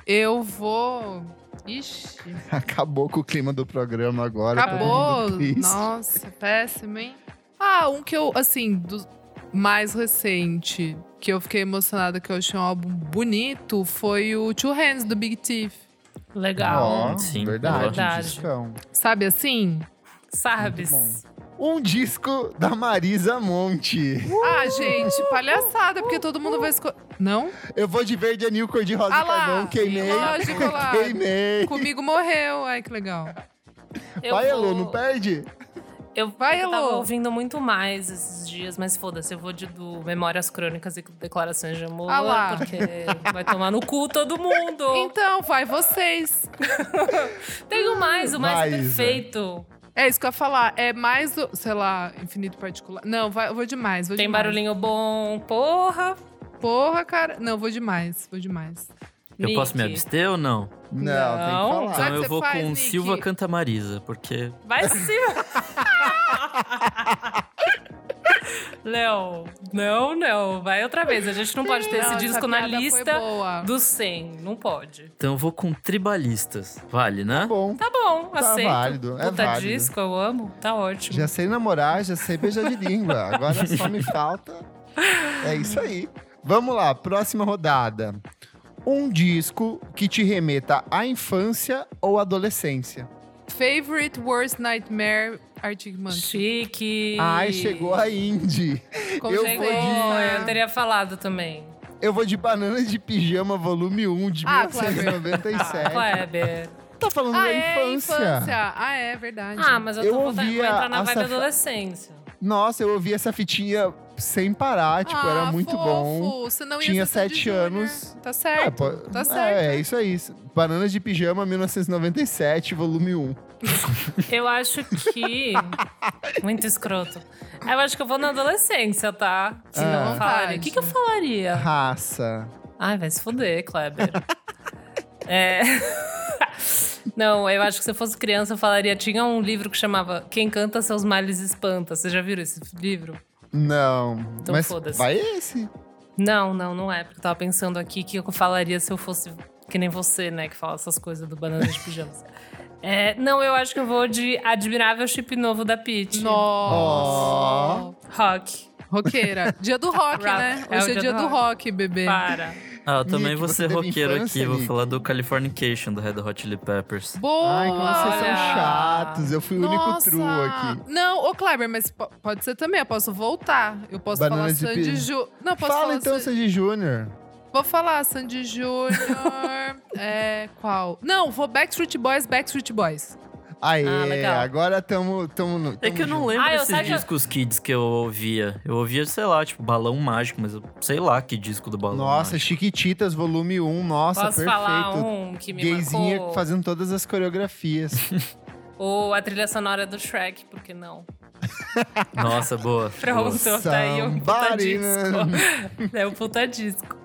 Speaker 3: Eu vou. Ixi,
Speaker 1: Acabou com o clima do programa agora. todo
Speaker 3: acabou.
Speaker 1: mundo triste.
Speaker 3: Nossa, péssimo, hein? Ah, um que eu, assim, do mais recente, que eu fiquei emocionada, que eu achei um álbum bonito, foi o Two Hands do Big Thief.
Speaker 2: Legal.
Speaker 1: Ó,
Speaker 4: Sim,
Speaker 1: verdade, um
Speaker 2: verdade.
Speaker 1: discão.
Speaker 3: Sabe assim?
Speaker 2: Sabes?
Speaker 1: muito Um disco da Marisa Monte.
Speaker 3: Ah, gente, palhaçada, porque todo mundo vai escolher. Não?
Speaker 1: Eu vou de verde anil cor de rosa
Speaker 3: Ah
Speaker 1: ah
Speaker 3: lá,
Speaker 1: carvão, queimei.
Speaker 3: lógico lá.
Speaker 1: Queimei.
Speaker 3: Comigo morreu. Ai, que legal.
Speaker 2: Eu
Speaker 1: Vai,
Speaker 2: vou-
Speaker 1: Elô, não perde?
Speaker 2: Eu,
Speaker 3: Vai,
Speaker 2: eu tava
Speaker 3: Elô.
Speaker 2: ouvindo muito mais esses dias, mas foda-se, eu vou de, do Memórias Crônicas e Declarações de Amor,
Speaker 3: Ah lá.
Speaker 2: porque vai tomar no cu todo mundo.
Speaker 3: Então, vai vocês.
Speaker 2: Tenho mais, o mais
Speaker 1: Vai,
Speaker 2: é
Speaker 1: Isa.
Speaker 2: perfeito.
Speaker 3: É isso que eu ia falar. É mais do, sei lá, infinito particular. Não, vai- eu vou demais. Vou
Speaker 2: Tem
Speaker 3: demais.
Speaker 2: barulhinho bom, porra.
Speaker 3: Porra, cara. Não, vou demais. Vou demais.
Speaker 4: Eu posso me
Speaker 2: Nick.
Speaker 4: abster ou não?
Speaker 1: Não,
Speaker 2: Não.
Speaker 1: tem que
Speaker 3: Sabe
Speaker 1: falar.
Speaker 3: o
Speaker 4: Então
Speaker 3: que
Speaker 4: eu
Speaker 3: você
Speaker 4: vou
Speaker 3: faz,
Speaker 4: com
Speaker 3: Nick?
Speaker 4: Silva Canta Marisa, porque
Speaker 2: Vai sim. Léo, não, não. Vai outra vez. A gente não pode ter
Speaker 3: Não,
Speaker 2: esse disco na
Speaker 3: piada foi
Speaker 2: lista
Speaker 3: boa.
Speaker 2: do 100. Não pode.
Speaker 4: Então eu vou com tribalistas. Vale, né?
Speaker 1: Bom,
Speaker 2: Tá bom,
Speaker 1: Tá
Speaker 2: aceito.
Speaker 1: válido, é
Speaker 2: Puta
Speaker 1: válido.
Speaker 2: disco, eu amo. Tá ótimo.
Speaker 1: já sei namorar, já sei beijar de língua. Agora só me falta. É isso aí. Vamos lá, próxima rodada. Um disco que te remeta à infância ou adolescência.
Speaker 3: Favorite Worst Nightmare, Arctic Monkey.
Speaker 2: Chique.
Speaker 1: Ai, chegou a indie.
Speaker 3: Com
Speaker 1: eu
Speaker 2: Chegou,
Speaker 1: vou de-
Speaker 2: eu teria falado também.
Speaker 1: Eu vou de Banana de Pijama, volume 1, de
Speaker 3: Ah, Kleber.
Speaker 1: 1997.
Speaker 2: Kleber.
Speaker 1: Tá falando
Speaker 3: Ah,
Speaker 1: da
Speaker 3: é,
Speaker 1: infância.
Speaker 3: infância. Ah, é, verdade.
Speaker 2: Ah, mas eu,
Speaker 1: Eu
Speaker 2: tô voltando, vou
Speaker 1: ouvia
Speaker 2: entrar na vibe
Speaker 1: essa fa-
Speaker 2: adolescência.
Speaker 1: Nossa, eu ouvi essa fitinha sem parar, tipo, era
Speaker 3: Ah,
Speaker 1: muito
Speaker 3: fofo.
Speaker 1: bom.
Speaker 3: Você não ia
Speaker 1: Tinha
Speaker 3: ser Sandy
Speaker 1: sete
Speaker 3: Júnior.
Speaker 1: anos.
Speaker 3: Tá
Speaker 1: É,
Speaker 3: certo.
Speaker 1: pô-
Speaker 3: Tá
Speaker 1: é,
Speaker 3: certo.
Speaker 1: É, isso aí. Bananas de Pijama, 1997, volume 1.
Speaker 2: Eu acho que. Muito escroto. Eu acho que eu vou na adolescência, tá? Se
Speaker 1: Ah.
Speaker 2: não eu falaria. O que, que eu falaria?
Speaker 1: Raça.
Speaker 2: Ai, vai se fuder, Kleber. é. Não, eu acho que se eu fosse criança, eu falaria. Tinha um livro que chamava Quem Canta Seus Males Espanta. Vocês já viram esse livro?
Speaker 1: Não.
Speaker 2: Então
Speaker 1: mas
Speaker 2: foda-se.
Speaker 1: vai esse.
Speaker 2: Não, não, não é. Porque eu tava pensando aqui que eu falaria se eu fosse que nem você, né? Que fala essas coisas do banana de pijamas. É, não, eu acho que eu vou de Admirável Chip Novo da Peach.
Speaker 3: Nossa.
Speaker 2: Rock.
Speaker 3: Roqueira. Dia do rock,
Speaker 2: Rock.
Speaker 3: né?
Speaker 2: É o
Speaker 3: Hoje é,
Speaker 2: dia
Speaker 3: dia
Speaker 2: do
Speaker 3: do
Speaker 2: rock.
Speaker 3: rock, bebê.
Speaker 2: Para.
Speaker 4: Ah, eu também
Speaker 1: Nick,
Speaker 4: vou
Speaker 1: você
Speaker 4: ser
Speaker 1: teve
Speaker 4: roqueiro
Speaker 1: infância,
Speaker 4: aqui, vou
Speaker 1: Nick?
Speaker 4: falar do Californication, do Red Hot Chili Peppers.
Speaker 3: Boa!
Speaker 1: é um Ai, como vocês são
Speaker 2: Olha.
Speaker 1: Ratos, eu fui o único
Speaker 3: Nossa!
Speaker 1: true aqui.
Speaker 3: Não, ô Kleber, mas po- pode ser também, eu posso voltar. Eu posso
Speaker 1: Banana de
Speaker 3: falar
Speaker 1: pi-
Speaker 3: Sandy Júnior. Não, eu posso
Speaker 1: Fala
Speaker 3: falar
Speaker 1: então,
Speaker 3: Sa-
Speaker 1: Sandy Júnior.
Speaker 3: Vou falar Sandy Júnior. é, qual? Não, vou Backstreet Boys, Backstreet Boys.
Speaker 1: Aê,
Speaker 2: Ah, legal.
Speaker 1: agora tamo, tamo, no-
Speaker 4: É
Speaker 1: tamo
Speaker 4: que eu não
Speaker 1: junto.
Speaker 4: lembro
Speaker 2: Ah, eu
Speaker 4: desses
Speaker 2: sabe que eu-
Speaker 4: discos kids que eu ouvia. Eu ouvia, sei lá, tipo, Balão Mágico, mas eu sei lá que disco do Balão
Speaker 1: Nossa,
Speaker 4: Mágico.
Speaker 1: Chiquititas, volume 1, nossa,
Speaker 2: Posso
Speaker 1: perfeito.
Speaker 2: falar um que me
Speaker 1: Gayzinha
Speaker 2: marcou?
Speaker 1: fazendo todas as coreografias.
Speaker 2: Ou a trilha sonora do Shrek, porque não?
Speaker 4: Nossa, boa.
Speaker 2: Pronto,
Speaker 1: Nossa,
Speaker 2: tá aí um puta
Speaker 1: Somebody,
Speaker 2: disco. é um puta disco.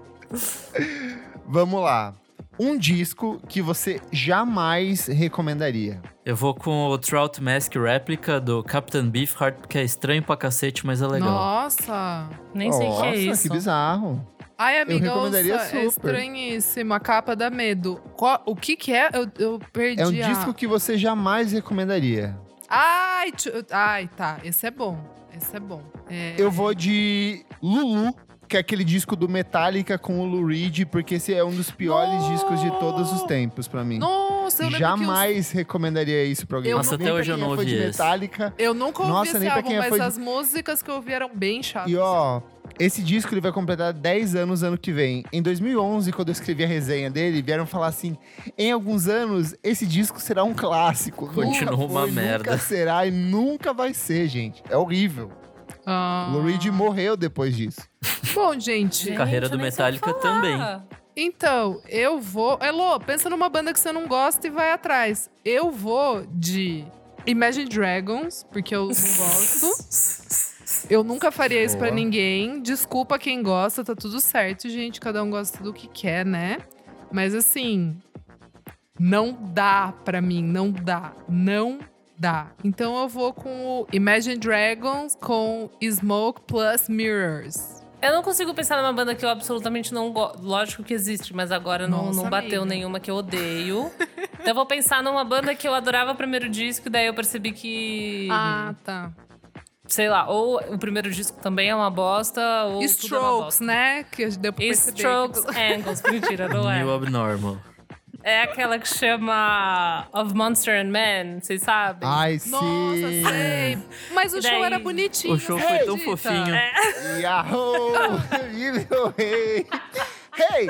Speaker 1: Vamos lá. Um disco que você jamais recomendaria.
Speaker 4: Eu vou com o Trout Mask réplica do Captain Beefheart, porque é estranho pra cacete, mas é legal.
Speaker 3: Nossa.
Speaker 2: Nem sei o que é
Speaker 1: Nossa,
Speaker 2: isso.
Speaker 1: que bizarro.
Speaker 3: Ai, amiga,
Speaker 1: recomendaria
Speaker 3: ouça, é
Speaker 1: super.
Speaker 3: estranhíssimo. A capa dá medo. Qual- o que que é? Eu, eu perdi
Speaker 1: É um
Speaker 3: a-
Speaker 1: disco que você jamais recomendaria.
Speaker 3: Ai, tio- ai, tá. Esse é bom. Esse é bom. É,
Speaker 1: Eu vou de Lulu, que é aquele disco do Metallica com o Lou Reed, porque esse é um dos piores
Speaker 3: No!
Speaker 1: discos de todos os tempos pra mim.
Speaker 3: Nossa, eu lembro que
Speaker 1: jamais recomendaria isso pra alguém.
Speaker 3: Eu Nossa,
Speaker 1: Nem
Speaker 4: até
Speaker 1: pra
Speaker 4: hoje eu
Speaker 1: quem
Speaker 4: não
Speaker 1: é fã de
Speaker 4: ouvi esse.
Speaker 1: Metallica.
Speaker 3: os- eu nunca ouvi
Speaker 1: Nossa,
Speaker 3: esse
Speaker 1: nem pra
Speaker 3: álbum,
Speaker 1: quem é
Speaker 3: mas
Speaker 1: fã de-
Speaker 3: as músicas que eu ouvi eram bem chatas.
Speaker 1: E ó, esse disco ele vai completar 10 anos ano que vem. Em 2011, quando eu escrevi a resenha dele, vieram falar assim: em alguns anos, esse disco será um clássico.
Speaker 4: Continua
Speaker 1: Nunca
Speaker 4: uma
Speaker 1: foi, Nunca
Speaker 4: merda.
Speaker 1: será e nunca vai ser, gente. É horrível.
Speaker 3: Ah.
Speaker 1: Lou Reed morreu depois disso.
Speaker 3: Bom, gente,
Speaker 2: Gente,
Speaker 4: Carreira do
Speaker 2: eu nem sei
Speaker 4: Metallica
Speaker 2: falar.
Speaker 4: também.
Speaker 3: Então, eu vou. Elô, pensa numa banda que você não gosta e vai atrás. Eu vou de Imagine Dragons, porque eu não gosto. Eu nunca faria isso pra
Speaker 1: Boa.
Speaker 3: ninguém. Desculpa quem gosta, tá tudo certo, gente. Cada um gosta do que quer, né? Mas assim, não dá pra mim, não dá, não dá. Então eu vou com o Imagine Dragons com Smoke Plus Mirrors.
Speaker 2: Eu não consigo pensar numa banda que eu absolutamente não gosto. Lógico que existe, mas agora não,
Speaker 3: Nossa,
Speaker 2: não bateu
Speaker 3: amiga.
Speaker 2: nenhuma que eu odeio. então eu vou pensar numa banda que eu adorava o primeiro disco, e daí eu percebi que.
Speaker 3: Ah, tá.
Speaker 2: Sei lá, ou o primeiro disco também é uma bosta, ou. tudo é uma
Speaker 3: Strokes,
Speaker 2: bosta.
Speaker 3: né? Que deu pra perceber. que-
Speaker 2: Strokes Angles, mentira, não é.
Speaker 4: New Abnormal.
Speaker 2: É aquela que chama Of Monster and Man, vocês sabem?
Speaker 4: Ah.
Speaker 1: Ai, sim.
Speaker 3: Nossa, sei. Mas o
Speaker 2: E
Speaker 3: show
Speaker 2: daí?
Speaker 3: era bonitinho.
Speaker 4: O show
Speaker 3: você
Speaker 4: foi tão
Speaker 3: acredita?
Speaker 4: fofinho.
Speaker 1: Yahoo! E meu rei! Hey!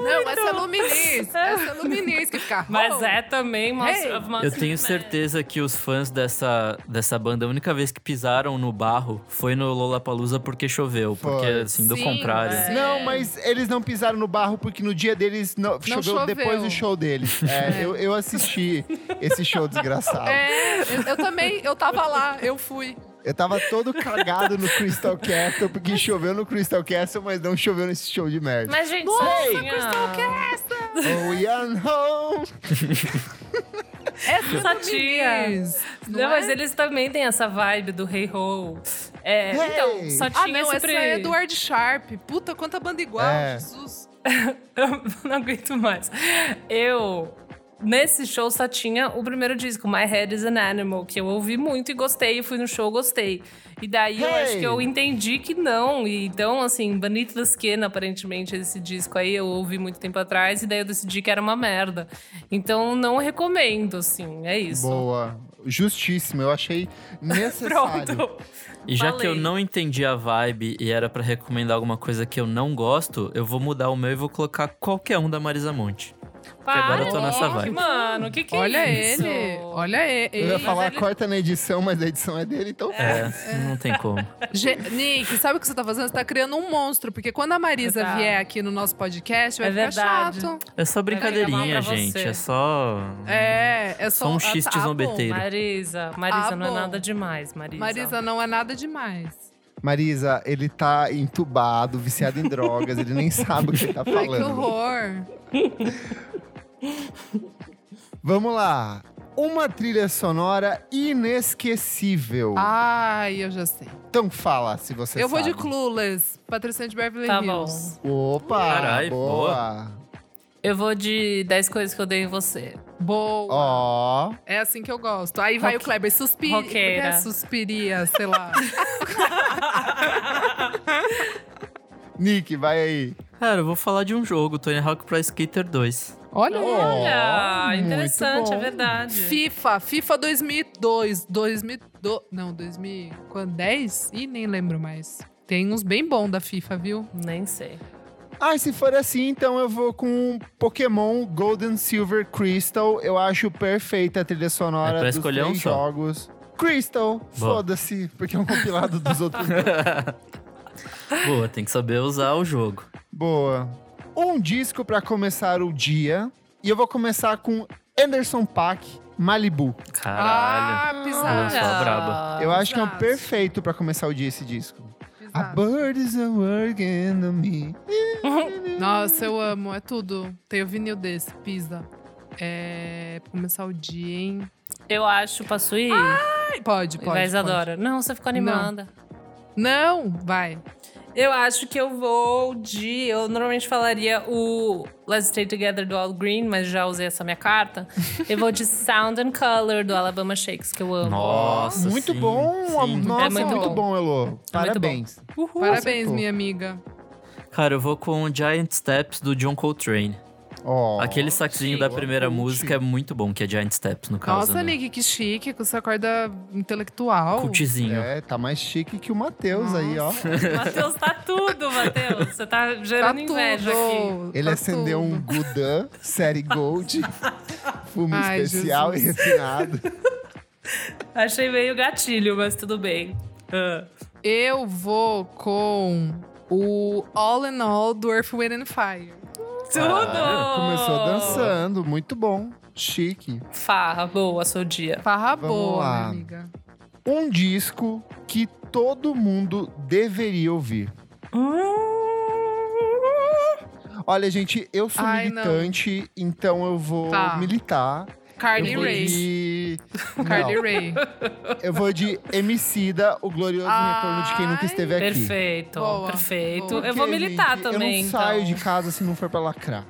Speaker 3: Não, essa é Luminis. Essa é Luminis que fica.
Speaker 2: Mas
Speaker 3: "Oh".
Speaker 2: é também Monster
Speaker 3: Hey!
Speaker 2: of Monster
Speaker 4: Eu tenho
Speaker 2: and Man.
Speaker 4: certeza que os fãs dessa, dessa banda, a única vez que pisaram no barro foi no Lollapalooza porque choveu.
Speaker 1: Foi.
Speaker 4: Porque, assim, do
Speaker 3: Sim,
Speaker 4: contrário.
Speaker 2: é.
Speaker 1: Não, mas eles não pisaram no barro porque no dia deles não, choveu,
Speaker 3: choveu.
Speaker 1: depois do show deles. É, Eu, eu assisti esse show desgraçado.
Speaker 3: É, eu, eu também, eu tava lá, eu fui.
Speaker 1: Eu tava todo cagado no Crystal Castle, porque choveu no Crystal Castle, mas não choveu nesse show de merda.
Speaker 2: Mas, gente,
Speaker 3: Nossa,
Speaker 2: só assim,
Speaker 3: Crystal
Speaker 2: ó,
Speaker 1: Oh, Ian Home!
Speaker 3: Essa
Speaker 2: Só
Speaker 3: é Luminis.
Speaker 2: Não,
Speaker 3: é?
Speaker 2: mas eles também têm essa vibe do Hey Ho. É,
Speaker 1: Hey!
Speaker 2: Então, só tinha
Speaker 3: Ah, não, essa
Speaker 2: esse pre...
Speaker 3: é Edward Sharp. Puta, quanta banda igual,
Speaker 1: É.
Speaker 3: Jesus.
Speaker 2: Eu não aguento mais. Eu. Nesse show só tinha o primeiro disco, My Head is an Animal, que eu ouvi muito e gostei, fui no show, gostei. E daí eu
Speaker 1: Hey!
Speaker 2: acho que eu entendi que não. E então, assim, Bonito da Skin, aparentemente, esse disco aí eu ouvi muito tempo atrás, e daí eu decidi que era uma merda. Então não recomendo, assim, é isso.
Speaker 1: Boa. Justíssimo, eu achei necessário.
Speaker 2: Pronto.
Speaker 4: E já que eu
Speaker 2: Falei.
Speaker 4: não entendi a vibe e era pra recomendar alguma coisa que eu não gosto, eu vou mudar o meu e vou colocar qualquer um da Marisa Monte. agora eu tô nessa
Speaker 2: gente,
Speaker 4: vibe.
Speaker 2: Mano, o que que
Speaker 3: olha
Speaker 2: é isso?
Speaker 3: ele, olha ele.
Speaker 1: Eu ia
Speaker 3: Ei,
Speaker 1: falar,
Speaker 2: ele-
Speaker 1: corta na edição, mas a edição é dele, então.
Speaker 4: É, não tem como.
Speaker 3: Ge- Nick, sabe o que você tá fazendo? Você tá criando um monstro, porque quando a Marisa
Speaker 2: Tá.
Speaker 3: vier aqui no nosso podcast, vai
Speaker 2: É
Speaker 3: ficar
Speaker 2: verdade.
Speaker 3: chato.
Speaker 4: É só brincadeirinha,
Speaker 2: mal pra
Speaker 4: gente.
Speaker 2: você.
Speaker 4: É só.
Speaker 3: É, é só
Speaker 4: Só um
Speaker 3: ah,
Speaker 4: xiste
Speaker 3: tá bom.
Speaker 4: zombeteiro.
Speaker 2: Marisa, Marisa,
Speaker 3: Ah,
Speaker 2: não é
Speaker 3: bom.
Speaker 2: nada demais, Marisa.
Speaker 3: Marisa não é nada demais.
Speaker 1: Marisa, ele tá entubado, viciado em drogas, ele nem sabe o que ele tá
Speaker 3: Ai, que
Speaker 1: falando.
Speaker 3: horror.
Speaker 1: Vamos lá. Uma trilha sonora inesquecível.
Speaker 3: Ai, eu já sei.
Speaker 1: Então fala se você
Speaker 3: Ah. eu vou de
Speaker 1: sabe.
Speaker 3: Clueless, Patrocínio de Beverly
Speaker 2: Tá
Speaker 3: Hills.
Speaker 2: bom.
Speaker 1: Opa!
Speaker 4: Carai,
Speaker 1: boa!
Speaker 2: Eu vou de 10 coisas que eu dei em você.
Speaker 3: Boa.
Speaker 1: Ó.
Speaker 3: É assim que eu gosto. Aí vai o
Speaker 2: Roque-
Speaker 3: Kleber, suspira.
Speaker 2: Roqueira.
Speaker 3: É suspiria, sei lá.
Speaker 1: Nick, vai aí.
Speaker 4: Cara, eu vou falar de um jogo, Tony Hawk Pro Skater 2.
Speaker 3: Olha aí.
Speaker 2: Olha,
Speaker 1: muito
Speaker 2: interessante,
Speaker 1: bom.
Speaker 2: é verdade.
Speaker 3: FIFA, FIFA 2002, 2002, não, 2010? Ih, nem lembro mais. Tem uns bem bons da FIFA, viu?
Speaker 2: Nem sei.
Speaker 1: Ah, se for assim, então eu vou com Pokémon Golden Silver Crystal. Eu acho perfeita a trilha sonora
Speaker 4: É pra
Speaker 1: dos
Speaker 4: escolher
Speaker 1: três
Speaker 4: um só.
Speaker 1: jogos. Crystal,
Speaker 4: Boa.
Speaker 1: foda-se, porque é um compilado dos outros. dois.
Speaker 4: Boa, tem que saber usar o jogo.
Speaker 1: Boa. Um disco pra começar o dia. E eu vou começar com Anderson Paak, Malibu.
Speaker 4: Caralho.
Speaker 3: Ah, pisado.
Speaker 4: Olha só, braba.
Speaker 1: eu acho que é um
Speaker 3: Ah, exato.
Speaker 1: perfeito pra começar o dia esse disco. A bird is a working on me.
Speaker 3: Nossa, eu amo, é tudo. Tem o vinil desse, pisa. É. pra Começar o dia, hein?
Speaker 2: Eu acho, posso ir?
Speaker 3: Ai, pode,
Speaker 2: E
Speaker 3: pode.
Speaker 2: vai,
Speaker 3: pode.
Speaker 2: Isadora. Ah! Não, você ficou animada.
Speaker 3: Não, vai.
Speaker 2: Eu acho que eu vou de. Eu normalmente falaria o Let's Stay Together do All Green, mas já usei essa minha carta. Eu vou de Sound and Color do Alabama Shakes, que eu amo.
Speaker 4: Nossa,
Speaker 1: muito
Speaker 4: sim,
Speaker 1: bom.
Speaker 4: sim.
Speaker 1: Nossa,
Speaker 2: É muito
Speaker 1: muito
Speaker 2: bom.
Speaker 1: bom, Elo. Parabéns.
Speaker 2: Uhul.
Speaker 3: Parabéns,
Speaker 1: acertou.
Speaker 3: minha amiga.
Speaker 4: Cara, eu vou com o Giant Steps do John Coltrane.
Speaker 1: Ó.
Speaker 4: Aquele saxinho da
Speaker 1: boa
Speaker 4: primeira
Speaker 1: ponte.
Speaker 4: música é muito bom, que é Giant Steps, no caso.
Speaker 3: Nossa,
Speaker 4: né?
Speaker 3: Nick, que chique, com essa corda intelectual.
Speaker 4: Cultizinho.
Speaker 1: É, tá mais chique que o Matheus aí, ó.
Speaker 2: Matheus, tá tudo, Matheus. Você tá
Speaker 3: Tá
Speaker 2: gerando
Speaker 3: tudo.
Speaker 2: inveja aqui.
Speaker 1: Ele
Speaker 3: tá
Speaker 1: acendeu
Speaker 3: tudo.
Speaker 1: um Gudan série Gold, fumo
Speaker 3: Ai,
Speaker 1: especial
Speaker 3: Jesus.
Speaker 1: e refinado.
Speaker 2: Achei meio gatilho, mas tudo bem. Ah.
Speaker 3: Eu vou com o All in All do Earth, Wind and Fire.
Speaker 2: Tudo!
Speaker 1: Ah,
Speaker 3: Oh.
Speaker 1: Começou dançando, muito bom, chique.
Speaker 2: Farra, boa, seu dia.
Speaker 3: Farra
Speaker 1: Vamos
Speaker 3: boa,
Speaker 1: lá.
Speaker 3: minha amiga.
Speaker 1: Um disco que todo mundo deveria ouvir. Olha, gente, eu sou
Speaker 3: Ai, não.
Speaker 1: militante, então eu vou
Speaker 3: Tá.
Speaker 1: militar.
Speaker 3: Carly
Speaker 1: eu vou
Speaker 3: Rae.
Speaker 1: de...
Speaker 3: Carly
Speaker 1: Não,
Speaker 3: Rae.
Speaker 1: eu vou de Emicida, o glorioso retorno de quem nunca
Speaker 3: Ai,
Speaker 1: esteve aqui.
Speaker 2: Perfeito,
Speaker 3: Boa,
Speaker 2: perfeito.
Speaker 3: boa.
Speaker 2: Eu vou
Speaker 1: Porque,
Speaker 2: militar
Speaker 1: gente,
Speaker 2: também.
Speaker 1: Eu não
Speaker 2: então.
Speaker 1: saio de casa se não for pra lacrar.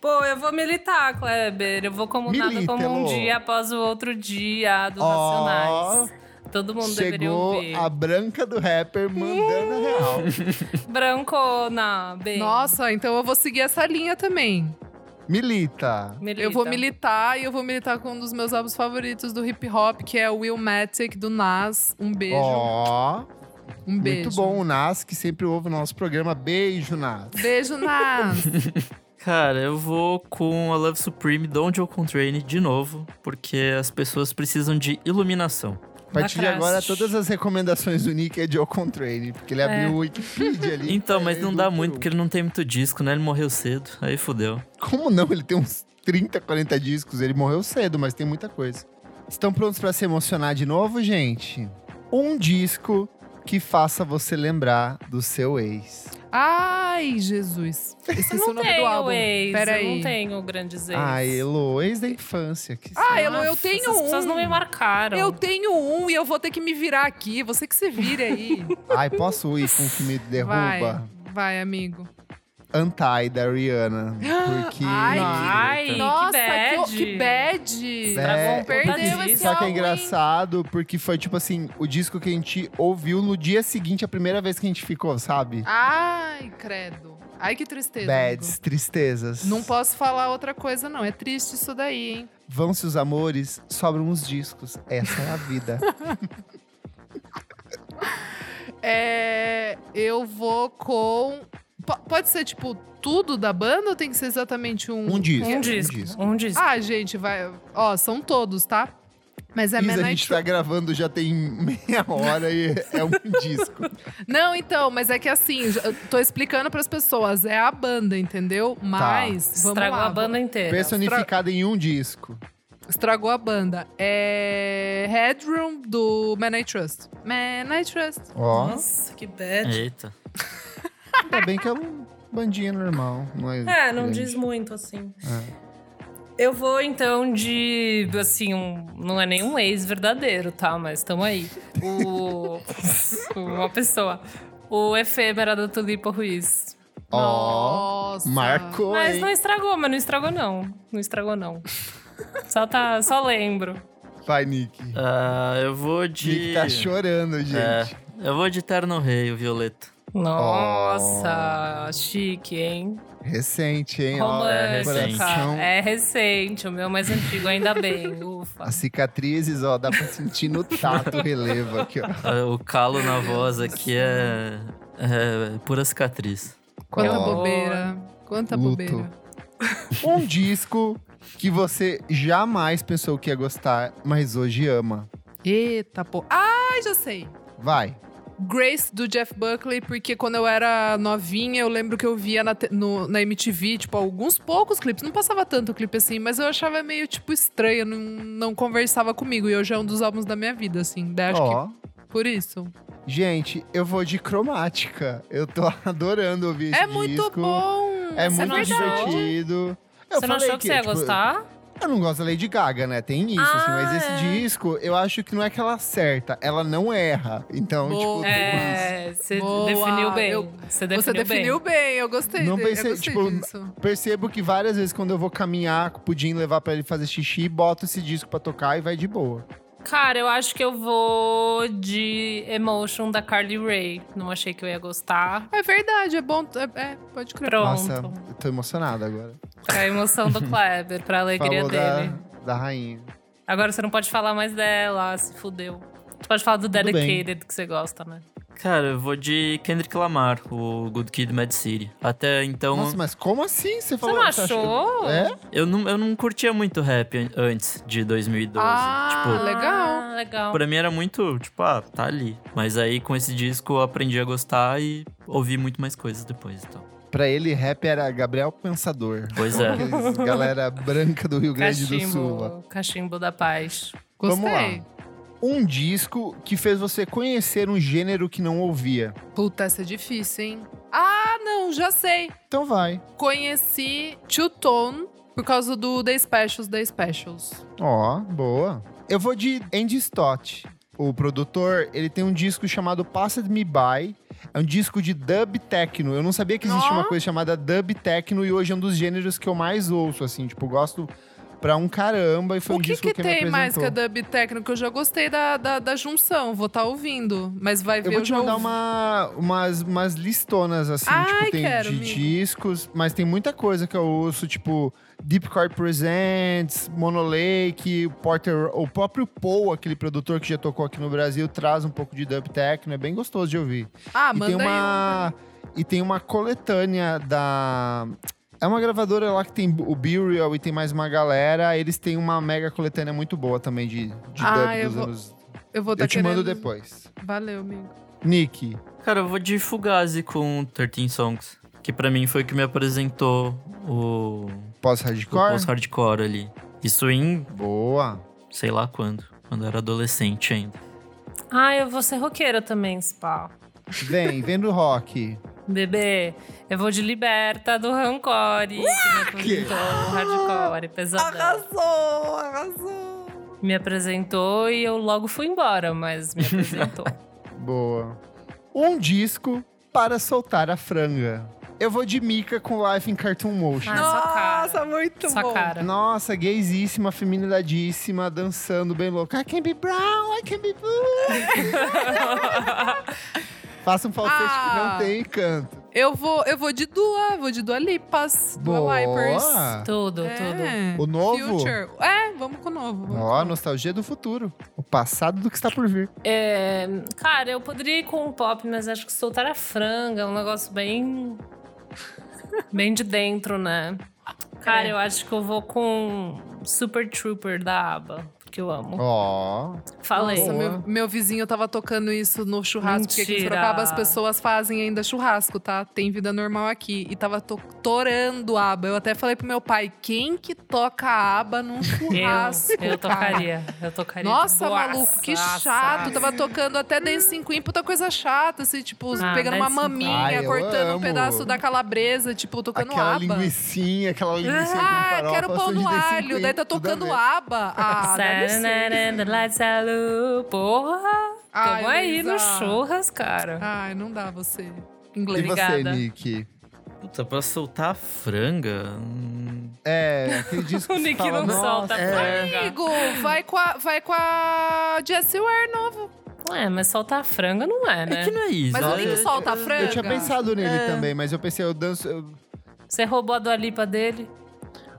Speaker 2: Pô, eu vou militar, Kleber. Eu vou como nada
Speaker 1: Milita,
Speaker 2: como um
Speaker 1: Elô.
Speaker 2: dia após o outro dia dos
Speaker 1: Ó.
Speaker 2: Racionais. Todo mundo deveria
Speaker 1: Chegou
Speaker 2: ouvir.
Speaker 1: a branca do rapper mandando a real.
Speaker 2: Brancona, bem.
Speaker 3: Nossa, então eu vou seguir essa linha também.
Speaker 1: Milita.
Speaker 2: Milita.
Speaker 3: Eu vou militar e eu vou militar com um dos meus álbuns favoritos do hip hop, que é o Illmatic do Nas. Um beijo.
Speaker 1: Ó,
Speaker 3: um beijo.
Speaker 1: muito bom o Nas, que sempre ouve o nosso programa. Beijo, Nas.
Speaker 3: Beijo, Nas.
Speaker 4: Cara, eu vou com a Love Supreme do John Coltrane de novo, porque as pessoas precisam de iluminação.
Speaker 1: A partir de
Speaker 2: Lacraste.
Speaker 1: agora, todas as recomendações do Nick é de All Contrane, porque ele
Speaker 3: É.
Speaker 1: abriu o Wikipedia ali.
Speaker 4: Então, mas
Speaker 1: Ele
Speaker 4: não
Speaker 1: do-
Speaker 4: dá muito, porque ele não tem muito disco, né? Ele morreu cedo, aí fudeu.
Speaker 1: Como não? Ele tem uns 30, 40 discos. Ele morreu cedo, mas tem muita coisa. Estão prontos pra se emocionar de novo, gente? Um disco que faça você lembrar do seu ex.
Speaker 3: Ai, Jesus.
Speaker 2: Eu
Speaker 3: Esqueci
Speaker 2: não
Speaker 3: o nome do
Speaker 2: tenho
Speaker 3: álbum.
Speaker 2: ex,
Speaker 3: Pera
Speaker 2: eu
Speaker 3: aí.
Speaker 2: não tenho grandes ex.
Speaker 1: Ah, Elo, ex da infância. Que
Speaker 3: Ah,
Speaker 1: saco.
Speaker 3: Elo, eu
Speaker 2: Nossa,
Speaker 3: tenho
Speaker 2: essas pessoas
Speaker 3: um.
Speaker 2: não me marcaram.
Speaker 3: Eu tenho um e eu vou ter que me virar aqui. Você que se vire aí.
Speaker 1: Ai, posso ir com o que me
Speaker 3: Vai.
Speaker 1: derruba?
Speaker 3: Vai, amigo.
Speaker 1: Anti da Rihanna. Porque.
Speaker 3: Ai,
Speaker 2: Ai, que
Speaker 3: Nossa, que,
Speaker 2: bad.
Speaker 3: o- que bad.
Speaker 1: É,
Speaker 2: Estragou um pouco
Speaker 3: perdeu
Speaker 2: disso.
Speaker 3: esse
Speaker 1: Só que é
Speaker 3: álbum,
Speaker 1: engraçado, porque foi tipo assim, o disco que a gente ouviu no dia seguinte, a primeira vez que a gente ficou, sabe?
Speaker 3: Ai, credo. Ai, que Ah, tristeza.
Speaker 1: Bads,
Speaker 3: Bad.
Speaker 1: tristezas.
Speaker 3: Não posso falar outra coisa, não. É triste isso daí, hein?
Speaker 1: Vão-se os amores, sobram os discos. Essa é a vida.
Speaker 3: É, eu vou com. Po- pode ser, tipo, tudo da banda ou tem que ser exatamente um?
Speaker 1: Um disco.
Speaker 2: Um
Speaker 1: Um disco.
Speaker 2: disco, um disco.
Speaker 3: Ah, gente, vai. Ó, são todos, tá? Mas é
Speaker 1: Isa, a
Speaker 3: Man I
Speaker 1: gente tá gravando já tem meia hora e é um disco.
Speaker 3: Não, então, mas é que assim, já- eu tô explicando pras pessoas, é a banda, entendeu?
Speaker 1: Tá.
Speaker 3: Mas vamos
Speaker 2: Estragou
Speaker 3: lá.
Speaker 2: a banda
Speaker 3: É,
Speaker 2: inteira.
Speaker 1: Personificado em um disco.
Speaker 3: Estragou a banda. É Headroom do Man I Trust. Man I Trust.
Speaker 1: Ó,
Speaker 2: Nossa, que bad.
Speaker 4: Eita.
Speaker 1: ainda bem que é um bandinho normal. Não é,
Speaker 2: É, não
Speaker 1: grande.
Speaker 2: diz muito, assim. Eu vou, então, de. Assim, um, não é nenhum ex verdadeiro, tá? Mas estamos aí. O, uma pessoa. O efêmera da Tulipa Ruiz.
Speaker 1: Ó,
Speaker 3: Nossa.
Speaker 1: marcou,
Speaker 2: Mas
Speaker 1: hein?
Speaker 2: não estragou, mas não estragou, não. Não estragou, não. Só, tá, só lembro.
Speaker 1: Vai, Nick.
Speaker 4: Ah, eu vou
Speaker 1: Nick
Speaker 4: de.
Speaker 1: tá chorando, gente.
Speaker 4: É, eu vou de Terno Rei, o Violeta.
Speaker 2: Nossa,
Speaker 3: Oh.
Speaker 2: chique, hein?
Speaker 1: Recente, hein? Ó,
Speaker 4: recente.
Speaker 2: Romântica.
Speaker 1: coração.
Speaker 2: É recente, o meu mais antigo, ainda bem. Ufa.
Speaker 1: As cicatrizes, ó, dá pra sentir no tato o relevo aqui, ó.
Speaker 4: Ah, O calo na voz aqui é, é pura cicatriz.
Speaker 3: Quanta
Speaker 1: Ó.
Speaker 3: bobeira. Quanta
Speaker 1: Luto.
Speaker 3: bobeira.
Speaker 1: Um disco que você jamais pensou que ia gostar, mas hoje ama.
Speaker 3: Eita, pô. Ai, já sei.
Speaker 1: Vai.
Speaker 3: Grace do Jeff Buckley, porque quando eu era novinha, eu lembro que eu via na, te- no- na MTV, tipo, alguns poucos clipes. Não passava tanto clipe assim, mas eu achava meio, tipo, estranho, não, não conversava comigo. E hoje é um dos álbuns da minha vida, assim. Daí acho
Speaker 1: Ó.
Speaker 3: que por isso.
Speaker 1: Gente, eu vou de cromática. Eu tô adorando ouvir
Speaker 3: É
Speaker 1: esse
Speaker 3: muito
Speaker 1: disco.
Speaker 3: bom!
Speaker 1: É
Speaker 2: Você
Speaker 1: muito
Speaker 2: não achou?
Speaker 1: divertido. Eu
Speaker 2: Você não
Speaker 1: falei
Speaker 2: achou que, você ia
Speaker 1: tipo,
Speaker 2: gostar?
Speaker 1: Eu não gosto da Lady Gaga, né? Tem isso,
Speaker 2: Ah,
Speaker 1: assim, mas esse
Speaker 2: é.
Speaker 1: disco, eu acho que não é que ela acerta, ela não erra. Então,
Speaker 3: Boa.
Speaker 1: tipo, tem isso.
Speaker 2: É, você
Speaker 3: Boa,
Speaker 2: definiu bem.
Speaker 3: eu-
Speaker 2: você definiu,
Speaker 3: Você definiu bem. eu gostei.
Speaker 1: Não
Speaker 3: de-
Speaker 1: pensei,
Speaker 3: eu gostei
Speaker 1: tipo,
Speaker 3: disso.
Speaker 1: Percebo que várias vezes quando eu vou caminhar com o Pudim, levar pra ele fazer xixi, boto esse disco pra tocar e vai de boa.
Speaker 2: Cara, eu acho que eu vou de Emotion da Carly Rae. Não achei que eu ia gostar.
Speaker 3: É verdade, é bom. É, é, pode crer.
Speaker 2: Pronto.
Speaker 1: Nossa, eu tô emocionada agora.
Speaker 2: Pra emoção do Kleber, pra alegria
Speaker 1: Falou da,
Speaker 2: dele.
Speaker 1: da rainha.
Speaker 2: Agora você não pode falar mais dela, se fudeu. Você pode falar do
Speaker 1: bem.
Speaker 2: Dedicated que você gosta, né?
Speaker 4: Cara, eu vou de Kendrick Lamar, o Good Kid, Mad City. Até então,
Speaker 1: Nossa, mas como assim? Você
Speaker 2: Você
Speaker 1: falou
Speaker 2: não
Speaker 1: você achou-
Speaker 2: achou?
Speaker 1: É?
Speaker 4: eu, não, eu não curtia muito rap an- antes de 2012.
Speaker 3: Ah,
Speaker 4: tipo,
Speaker 3: legal.
Speaker 2: Ah, legal.
Speaker 4: pra mim era muito, tipo, ah, tá ali. Mas aí com esse disco eu aprendi a gostar e ouvi muito mais coisas depois e tal.
Speaker 1: Pra ele, rap era Gabriel Pensador.
Speaker 4: Pois é.
Speaker 1: Aqueles galera branca do Rio Grande do Sul. lá.
Speaker 2: Cachimbo, cachimbo da paz.
Speaker 1: Vamos lá.
Speaker 3: Gostei.
Speaker 1: Um disco que fez você conhecer um gênero que não ouvia.
Speaker 3: Puta, essa é difícil, hein? Ah, não, já sei.
Speaker 1: Então vai.
Speaker 3: Conheci Two Tone por causa do The Specials, The Specials.
Speaker 1: Ó, boa. Eu vou de Andy Stott. O produtor, ele tem um disco chamado Passed Me By. É um disco de dub techno. Eu não sabia que existia
Speaker 3: Nó.
Speaker 1: uma coisa chamada dub techno e hoje é um dos gêneros que eu mais ouço, assim. Tipo, gosto pra um caramba e foi
Speaker 3: o
Speaker 1: um
Speaker 3: que,
Speaker 1: disco
Speaker 3: que,
Speaker 1: que, me
Speaker 3: tem
Speaker 1: apresentou.
Speaker 3: mais que a dub técnico? Eu já gostei da, da, da junção, vou estar ouvindo. Mas vai ver,
Speaker 1: Eu
Speaker 3: eu,
Speaker 1: vou te
Speaker 3: já
Speaker 1: mandar
Speaker 3: ouvi.
Speaker 1: uma, umas, umas listonas, assim,
Speaker 3: Ai,
Speaker 1: tipo, tem
Speaker 3: quero,
Speaker 1: de
Speaker 3: amigo.
Speaker 1: discos, mas tem muita coisa que eu ouço, tipo, Deep Core Presents, Monolake, Porter, o próprio Paul, aquele produtor que já tocou aqui no Brasil, traz um pouco de dub techno, é bem gostoso de ouvir.
Speaker 3: Ah,
Speaker 1: e
Speaker 3: manda
Speaker 1: tem uma E tem uma coletânea da... É uma gravadora lá que tem o Burial e tem mais uma galera. Eles têm uma mega coletânea muito boa também de, de
Speaker 3: Ah,
Speaker 1: dub
Speaker 3: eu
Speaker 1: dos
Speaker 3: vou-
Speaker 1: anos.
Speaker 3: aí. Eu vou
Speaker 1: Eu
Speaker 3: tá
Speaker 1: te
Speaker 3: querendo.
Speaker 1: mando depois.
Speaker 3: Valeu, amigo.
Speaker 1: Nick,
Speaker 4: Cara, eu vou de Fugazi com 13 Songs, que pra mim foi o que me apresentou o, o
Speaker 1: Pós-hardcore?
Speaker 4: post-hardcore ali. Isso em
Speaker 1: Boa.
Speaker 4: sei lá quando, quando eu era adolescente ainda.
Speaker 2: Ah, eu vou ser roqueira também, esse pau.
Speaker 1: Vem, vem do rock.
Speaker 2: Bebê, eu vou de liberta do rancore. Que me apresentou o hardcore, pesadão.
Speaker 3: Arrasou, arrasou.
Speaker 2: Me apresentou e eu logo fui embora, mas me apresentou.
Speaker 1: Boa. Um disco para soltar a franga. Eu vou de Mika com Life in Cartoon Motion.
Speaker 2: Ah, sua
Speaker 3: Nossa,
Speaker 2: cara.
Speaker 3: muito
Speaker 2: Sua
Speaker 3: bom.
Speaker 2: cara.
Speaker 1: Nossa, gaysíssima, feminilidadíssima, dançando bem louca. I can be brown, I can be blue. Faça um falsete que
Speaker 3: Ah.
Speaker 1: não tem e canta.
Speaker 3: Eu vou, eu vou de Dua, vou de Dua Lipas, Dua Wipers.
Speaker 1: Boa.
Speaker 2: tudo, tudo.
Speaker 3: É.
Speaker 1: O novo?
Speaker 3: Future. É, vamos com o novo. vamos
Speaker 1: Ó, nostalgia do futuro. O passado do que está por vir.
Speaker 2: É, cara, eu poderia ir com o pop, mas acho que soltar a franga é um negócio bem. bem de dentro, né? Cara,
Speaker 3: É.
Speaker 2: eu acho que eu vou com Super Trooper da aba, porque eu amo.
Speaker 1: Ó.
Speaker 2: Falei.
Speaker 3: Nossa,
Speaker 1: Boa.
Speaker 3: meu, meu vizinho tava tocando isso no churrasco, porque aqui em
Speaker 2: Mentira.
Speaker 3: Sorocaba as pessoas fazem ainda churrasco, tá? Tem vida normal aqui. E tava to torando aba. Eu até falei pro meu pai, quem que toca aba num churrasco?
Speaker 2: Eu, eu
Speaker 3: cara?
Speaker 2: tocaria, eu tocaria.
Speaker 3: Nossa,
Speaker 2: Boaça,
Speaker 3: maluco, que
Speaker 2: aça,
Speaker 3: chato.
Speaker 2: aça.
Speaker 3: Tava tocando até Dancing Queen, puta coisa chata, assim, tipo,
Speaker 2: Ah,
Speaker 3: pegando uma
Speaker 2: Dancing Queen.
Speaker 3: maminha,
Speaker 1: Ai, eu
Speaker 3: cortando um
Speaker 1: amo.
Speaker 3: pedaço da calabresa, tipo, tocando
Speaker 1: Aquela
Speaker 3: aba.
Speaker 1: linguicinha, aquela linguiça
Speaker 3: Ah,
Speaker 1: com farofa.
Speaker 3: quero pão
Speaker 1: são de
Speaker 3: no
Speaker 1: 10,50,
Speaker 3: alho. Daí tá
Speaker 1: tudo a
Speaker 3: tocando
Speaker 1: ver.
Speaker 3: aba. Ah, dá
Speaker 2: né?
Speaker 3: licença.
Speaker 2: Sarana, lights are low. Porra!
Speaker 3: Ai,
Speaker 2: Tamo aí
Speaker 3: Luísa.
Speaker 2: no churras, cara.
Speaker 3: Ai, não dá você.
Speaker 1: E
Speaker 3: Inglês.
Speaker 1: você,
Speaker 2: Obrigada.
Speaker 1: Nick?
Speaker 4: Puta, pra soltar a franga. hum,
Speaker 1: É, aquele disco
Speaker 2: O
Speaker 1: que você
Speaker 2: Nick
Speaker 1: fala,
Speaker 2: não
Speaker 1: "Nossa,
Speaker 2: solta a
Speaker 1: é,
Speaker 2: franga.
Speaker 3: Amigo, vai com a, vai com a Jessie Ware novo.
Speaker 2: Ué, mas soltar frango não é, né?
Speaker 4: É que não é isso.
Speaker 3: Mas não tem que
Speaker 4: né?
Speaker 3: soltar franga.
Speaker 1: Eu tinha pensado nele
Speaker 4: É.
Speaker 1: também, mas eu pensei, eu danço. eu-
Speaker 2: Você roubou a Dua Lipa dele?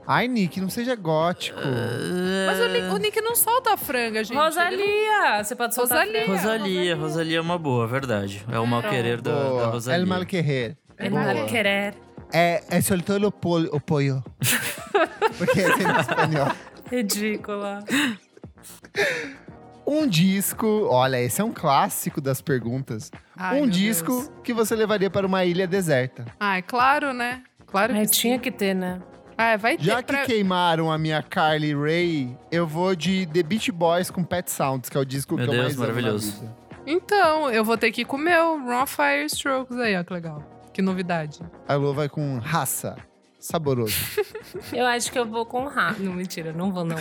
Speaker 1: Ai, Nick, não seja gótico.
Speaker 4: É,
Speaker 3: Mas o Nick, o Nick não solta a franga, gente. Ele
Speaker 2: Rosalia! Você pode soltar
Speaker 3: Rosalia.
Speaker 2: frango.
Speaker 4: Rosalia, Rosalia é uma boa, verdade. É o mal querer da, da
Speaker 1: Boa. El
Speaker 4: Rosalia.
Speaker 1: mal querer.
Speaker 2: É
Speaker 1: Boa.
Speaker 2: nada querer.
Speaker 1: É, é soltou o pol- o pollo. Porque é em espanhol.
Speaker 2: Ridícula.
Speaker 1: Um disco, olha, esse é um clássico das perguntas.
Speaker 3: Ai,
Speaker 1: um
Speaker 3: meu
Speaker 1: disco
Speaker 3: Deus.
Speaker 1: que você levaria para uma ilha deserta.
Speaker 3: Ai, claro, né? Claro que
Speaker 2: Mas
Speaker 3: sim.
Speaker 2: tinha que ter, né?
Speaker 3: Ah, vai ter.
Speaker 1: Já que
Speaker 3: pra-
Speaker 1: queimaram a minha Carly Ray, eu vou de The Beach Boys com Pet Sounds, que é o disco
Speaker 4: Meu
Speaker 1: que eu
Speaker 4: Deus,
Speaker 1: mais amo na
Speaker 4: maravilhoso.
Speaker 1: vida.
Speaker 3: Então, eu vou ter que ir com o meu Run of Fire Strokes aí, ó, que legal. Que novidade.
Speaker 1: A Lu vai com raça. Saboroso.
Speaker 2: Eu acho que eu vou com Ra. Não, mentira, não vou não.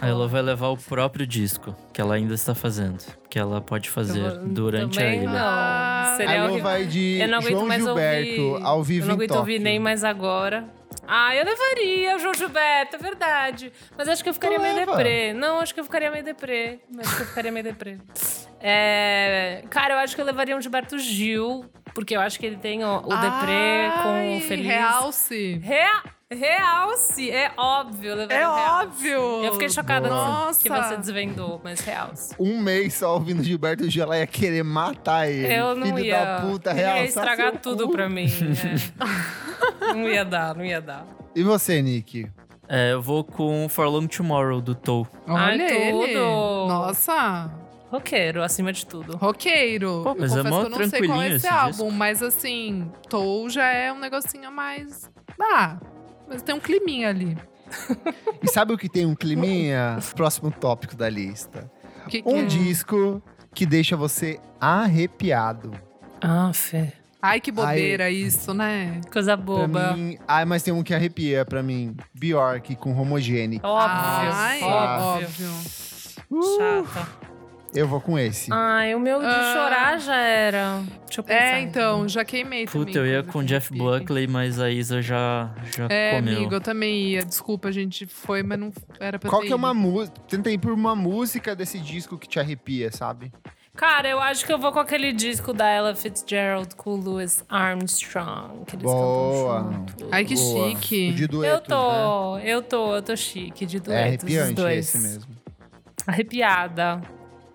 Speaker 4: A Elo vai levar o próprio disco que ela ainda está fazendo, que ela pode fazer
Speaker 2: Eu vou-
Speaker 4: durante a
Speaker 2: também
Speaker 4: ilha.
Speaker 2: Não, seria
Speaker 1: A Lu
Speaker 2: horrível.
Speaker 1: Ah, vai de
Speaker 2: Eu não aguento
Speaker 1: João
Speaker 2: mais
Speaker 1: Gilberto
Speaker 2: ouvir.
Speaker 1: ao vivo
Speaker 2: Eu não
Speaker 1: em
Speaker 2: aguento
Speaker 1: Tóquio.
Speaker 2: ouvir nem mais agora. Ah, eu levaria o João Gilberto, é verdade. Mas acho que eu ficaria
Speaker 1: Então
Speaker 2: meio
Speaker 1: leva.
Speaker 2: deprê. Não, acho que eu ficaria meio deprê. Acho que eu ficaria meio deprê. É, cara, eu acho que eu levaria um Gilberto Gil, porque eu acho que ele tem o, o deprê com
Speaker 3: Ai,
Speaker 2: o feliz.
Speaker 3: Realce.
Speaker 2: Rea- realce, é óbvio. eu levaria
Speaker 3: É
Speaker 2: o realce.
Speaker 3: óbvio.
Speaker 2: Eu fiquei chocada
Speaker 3: Nossa.
Speaker 2: que você desvendou, mas realce.
Speaker 1: Um mês só ouvindo Gilberto Gil, ela ia querer matar ele.
Speaker 2: Eu não
Speaker 1: Filho
Speaker 2: ia.
Speaker 1: da puta,
Speaker 2: ele
Speaker 1: realçar
Speaker 2: ia estragar
Speaker 1: seu
Speaker 2: tudo
Speaker 1: cu.
Speaker 2: pra mim. é. não ia dar, não ia dar.
Speaker 1: E você, Nick?
Speaker 4: É, eu vou com For Long Tomorrow do Toe.
Speaker 3: Olha
Speaker 2: Ai,
Speaker 3: ele.
Speaker 2: tudo.
Speaker 3: Nossa.
Speaker 2: Roqueiro, acima de tudo.
Speaker 3: Roqueiro.
Speaker 4: Pô, mas
Speaker 3: eu
Speaker 4: é
Speaker 3: confesso
Speaker 4: mó
Speaker 3: que eu não sei qual é
Speaker 4: tranquilinho
Speaker 3: esse,
Speaker 4: esse
Speaker 3: álbum,
Speaker 4: disco.
Speaker 3: mas assim, Tou já é um negocinho a mais. Ah, mas tem um climinha ali.
Speaker 1: E sabe o que tem um climinha? Próximo tópico da lista.
Speaker 3: Que que
Speaker 1: Um
Speaker 3: é?
Speaker 1: disco que deixa você arrepiado.
Speaker 2: Ah, fé.
Speaker 3: Ai, que bobeira isso, né?
Speaker 2: Coisa
Speaker 1: Pra
Speaker 2: boba.
Speaker 1: mim, ai, mas tem um que arrepia pra mim. Bjork com Homogene.
Speaker 2: Óbvio.
Speaker 3: Ai,
Speaker 2: óbvio.
Speaker 3: óbvio.
Speaker 1: Uh!
Speaker 2: Chata.
Speaker 1: Eu vou com esse.
Speaker 2: Ai, o meu de
Speaker 3: Ah.
Speaker 2: chorar já era. Deixa eu pensar.
Speaker 3: É, então, já queimei também.
Speaker 4: Puta, eu ia
Speaker 3: coisa
Speaker 4: com
Speaker 3: que
Speaker 4: Jeff
Speaker 3: fica.
Speaker 4: Buckley, mas a Isa já, já
Speaker 3: É,
Speaker 4: comeu.
Speaker 3: amigo, eu também ia. Desculpa, a gente foi, mas não era pra
Speaker 1: Qual
Speaker 3: ter
Speaker 1: que é
Speaker 3: ido.
Speaker 1: uma música? Tenta ir por uma música desse disco que te arrepia, sabe?
Speaker 2: Cara, eu acho que eu vou com aquele disco da Ella Fitzgerald com o Louis Armstrong. Que eles
Speaker 1: Boa.
Speaker 2: cantam junto.
Speaker 3: Ai, que
Speaker 1: Boa.
Speaker 3: chique.
Speaker 1: O de duetos,
Speaker 2: Eu tô, eu tô, eu tô chique de
Speaker 1: Né? É
Speaker 2: duetos. os
Speaker 1: arrepiante
Speaker 2: dois.
Speaker 1: esse mesmo.
Speaker 2: Arrepiada.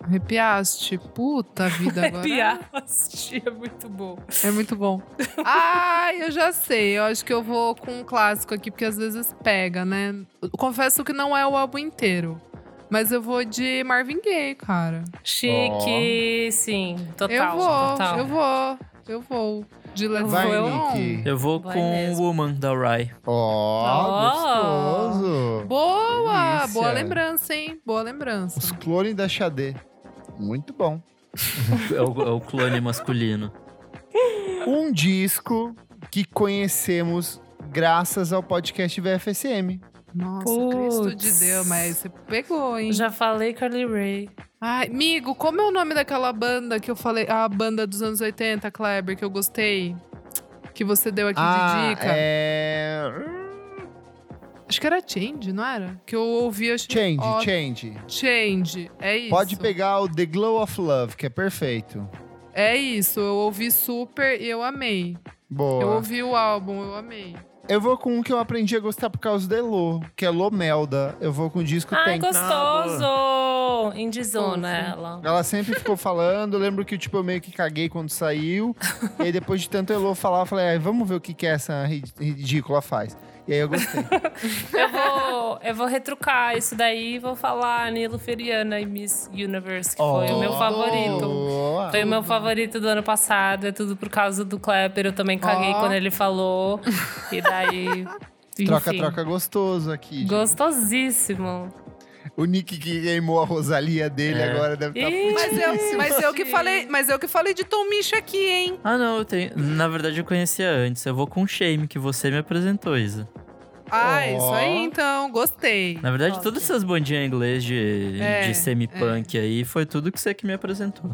Speaker 3: Arrepiaste. Puta vida agora.
Speaker 2: Arrepiaste, é muito bom.
Speaker 3: É muito bom. ah, eu já sei. Eu acho que eu vou com um clássico aqui, porque às vezes pega, né? Eu Confesso que não é o álbum inteiro. Mas eu vou de Marvin Gaye, cara.
Speaker 2: Chique, sim, total.
Speaker 3: eu vou,
Speaker 2: total.
Speaker 3: eu vou, eu vou. De Let's
Speaker 1: Vai,
Speaker 3: Go On.
Speaker 1: Nick.
Speaker 4: Eu vou
Speaker 2: Vai
Speaker 4: com
Speaker 2: mesmo.
Speaker 4: Woman da Rai.
Speaker 1: Ó,
Speaker 2: Ó.
Speaker 1: gostoso.
Speaker 3: Boa!
Speaker 1: Delícia.
Speaker 3: Boa lembrança, hein? Boa lembrança.
Speaker 1: Os clones da Xadê. Muito bom.
Speaker 4: É o, é o clone masculino.
Speaker 1: Um disco que conhecemos graças ao podcast VFSM.
Speaker 3: Nossa,
Speaker 2: Putz.
Speaker 3: Cristo de Deus, mas você pegou, hein?
Speaker 2: Já falei Carly Ray.
Speaker 3: Ai, amigo, como é o nome daquela banda que eu falei? A banda dos anos 80, Kleber, que eu gostei. Que você deu aqui de dica.
Speaker 1: Ah, é...
Speaker 3: Acho que era Change, não era? Que eu ouvi, acho
Speaker 1: Change,
Speaker 3: Ó,
Speaker 1: change.
Speaker 3: Change, é isso.
Speaker 1: Pode pegar o The Glow of Love, que é perfeito.
Speaker 3: É isso, eu ouvi super e eu amei.
Speaker 1: Boa.
Speaker 3: Eu
Speaker 1: Eu,
Speaker 3: ouvi o álbum, eu amei.
Speaker 1: vou com um que eu aprendi a gostar por causa da Elo, que é Lomelda. Eu vou com o disco
Speaker 2: Ai,
Speaker 1: Tem.
Speaker 2: gostoso! Indizona
Speaker 3: Fofo.
Speaker 2: né, ela.
Speaker 1: Ela sempre ficou falando, eu lembro que tipo, eu meio que caguei quando saiu. e aí depois de tanto Elo falar, eu falei, "Ai, vamos ver o que, que essa ri- ridícula faz. E aí eu gostei.
Speaker 2: Eu vou, eu vou retrucar isso daí e vou falar Nilo Feriana e Miss Universe, que foi o meu
Speaker 1: Ó.
Speaker 2: favorito.
Speaker 1: Boa.
Speaker 2: Foi o meu favorito do ano passado, é tudo por causa do Kleber. Eu também caguei
Speaker 3: Ó.
Speaker 2: quando ele falou. E daí. enfim.
Speaker 1: Troca-troca gostoso aqui. gente.
Speaker 2: Gostosíssimo.
Speaker 1: O Nick que queimou a Rosalia dele
Speaker 4: É.
Speaker 1: agora deve tá estar
Speaker 2: Ih,
Speaker 3: Mas eu, mas eu que falei, mas eu que falei de Tom Misch aqui, hein?
Speaker 4: Ah, não, eu tenho. Na verdade, eu conhecia antes. Eu vou com Shame, que você me apresentou, Isa.
Speaker 3: Ah,
Speaker 1: Ó.
Speaker 3: isso aí então, gostei.
Speaker 4: Na verdade,
Speaker 2: Top.
Speaker 4: todas essas bandinhas em inglês de,
Speaker 3: É,
Speaker 4: de semi-punk aí foi tudo que você que me apresentou.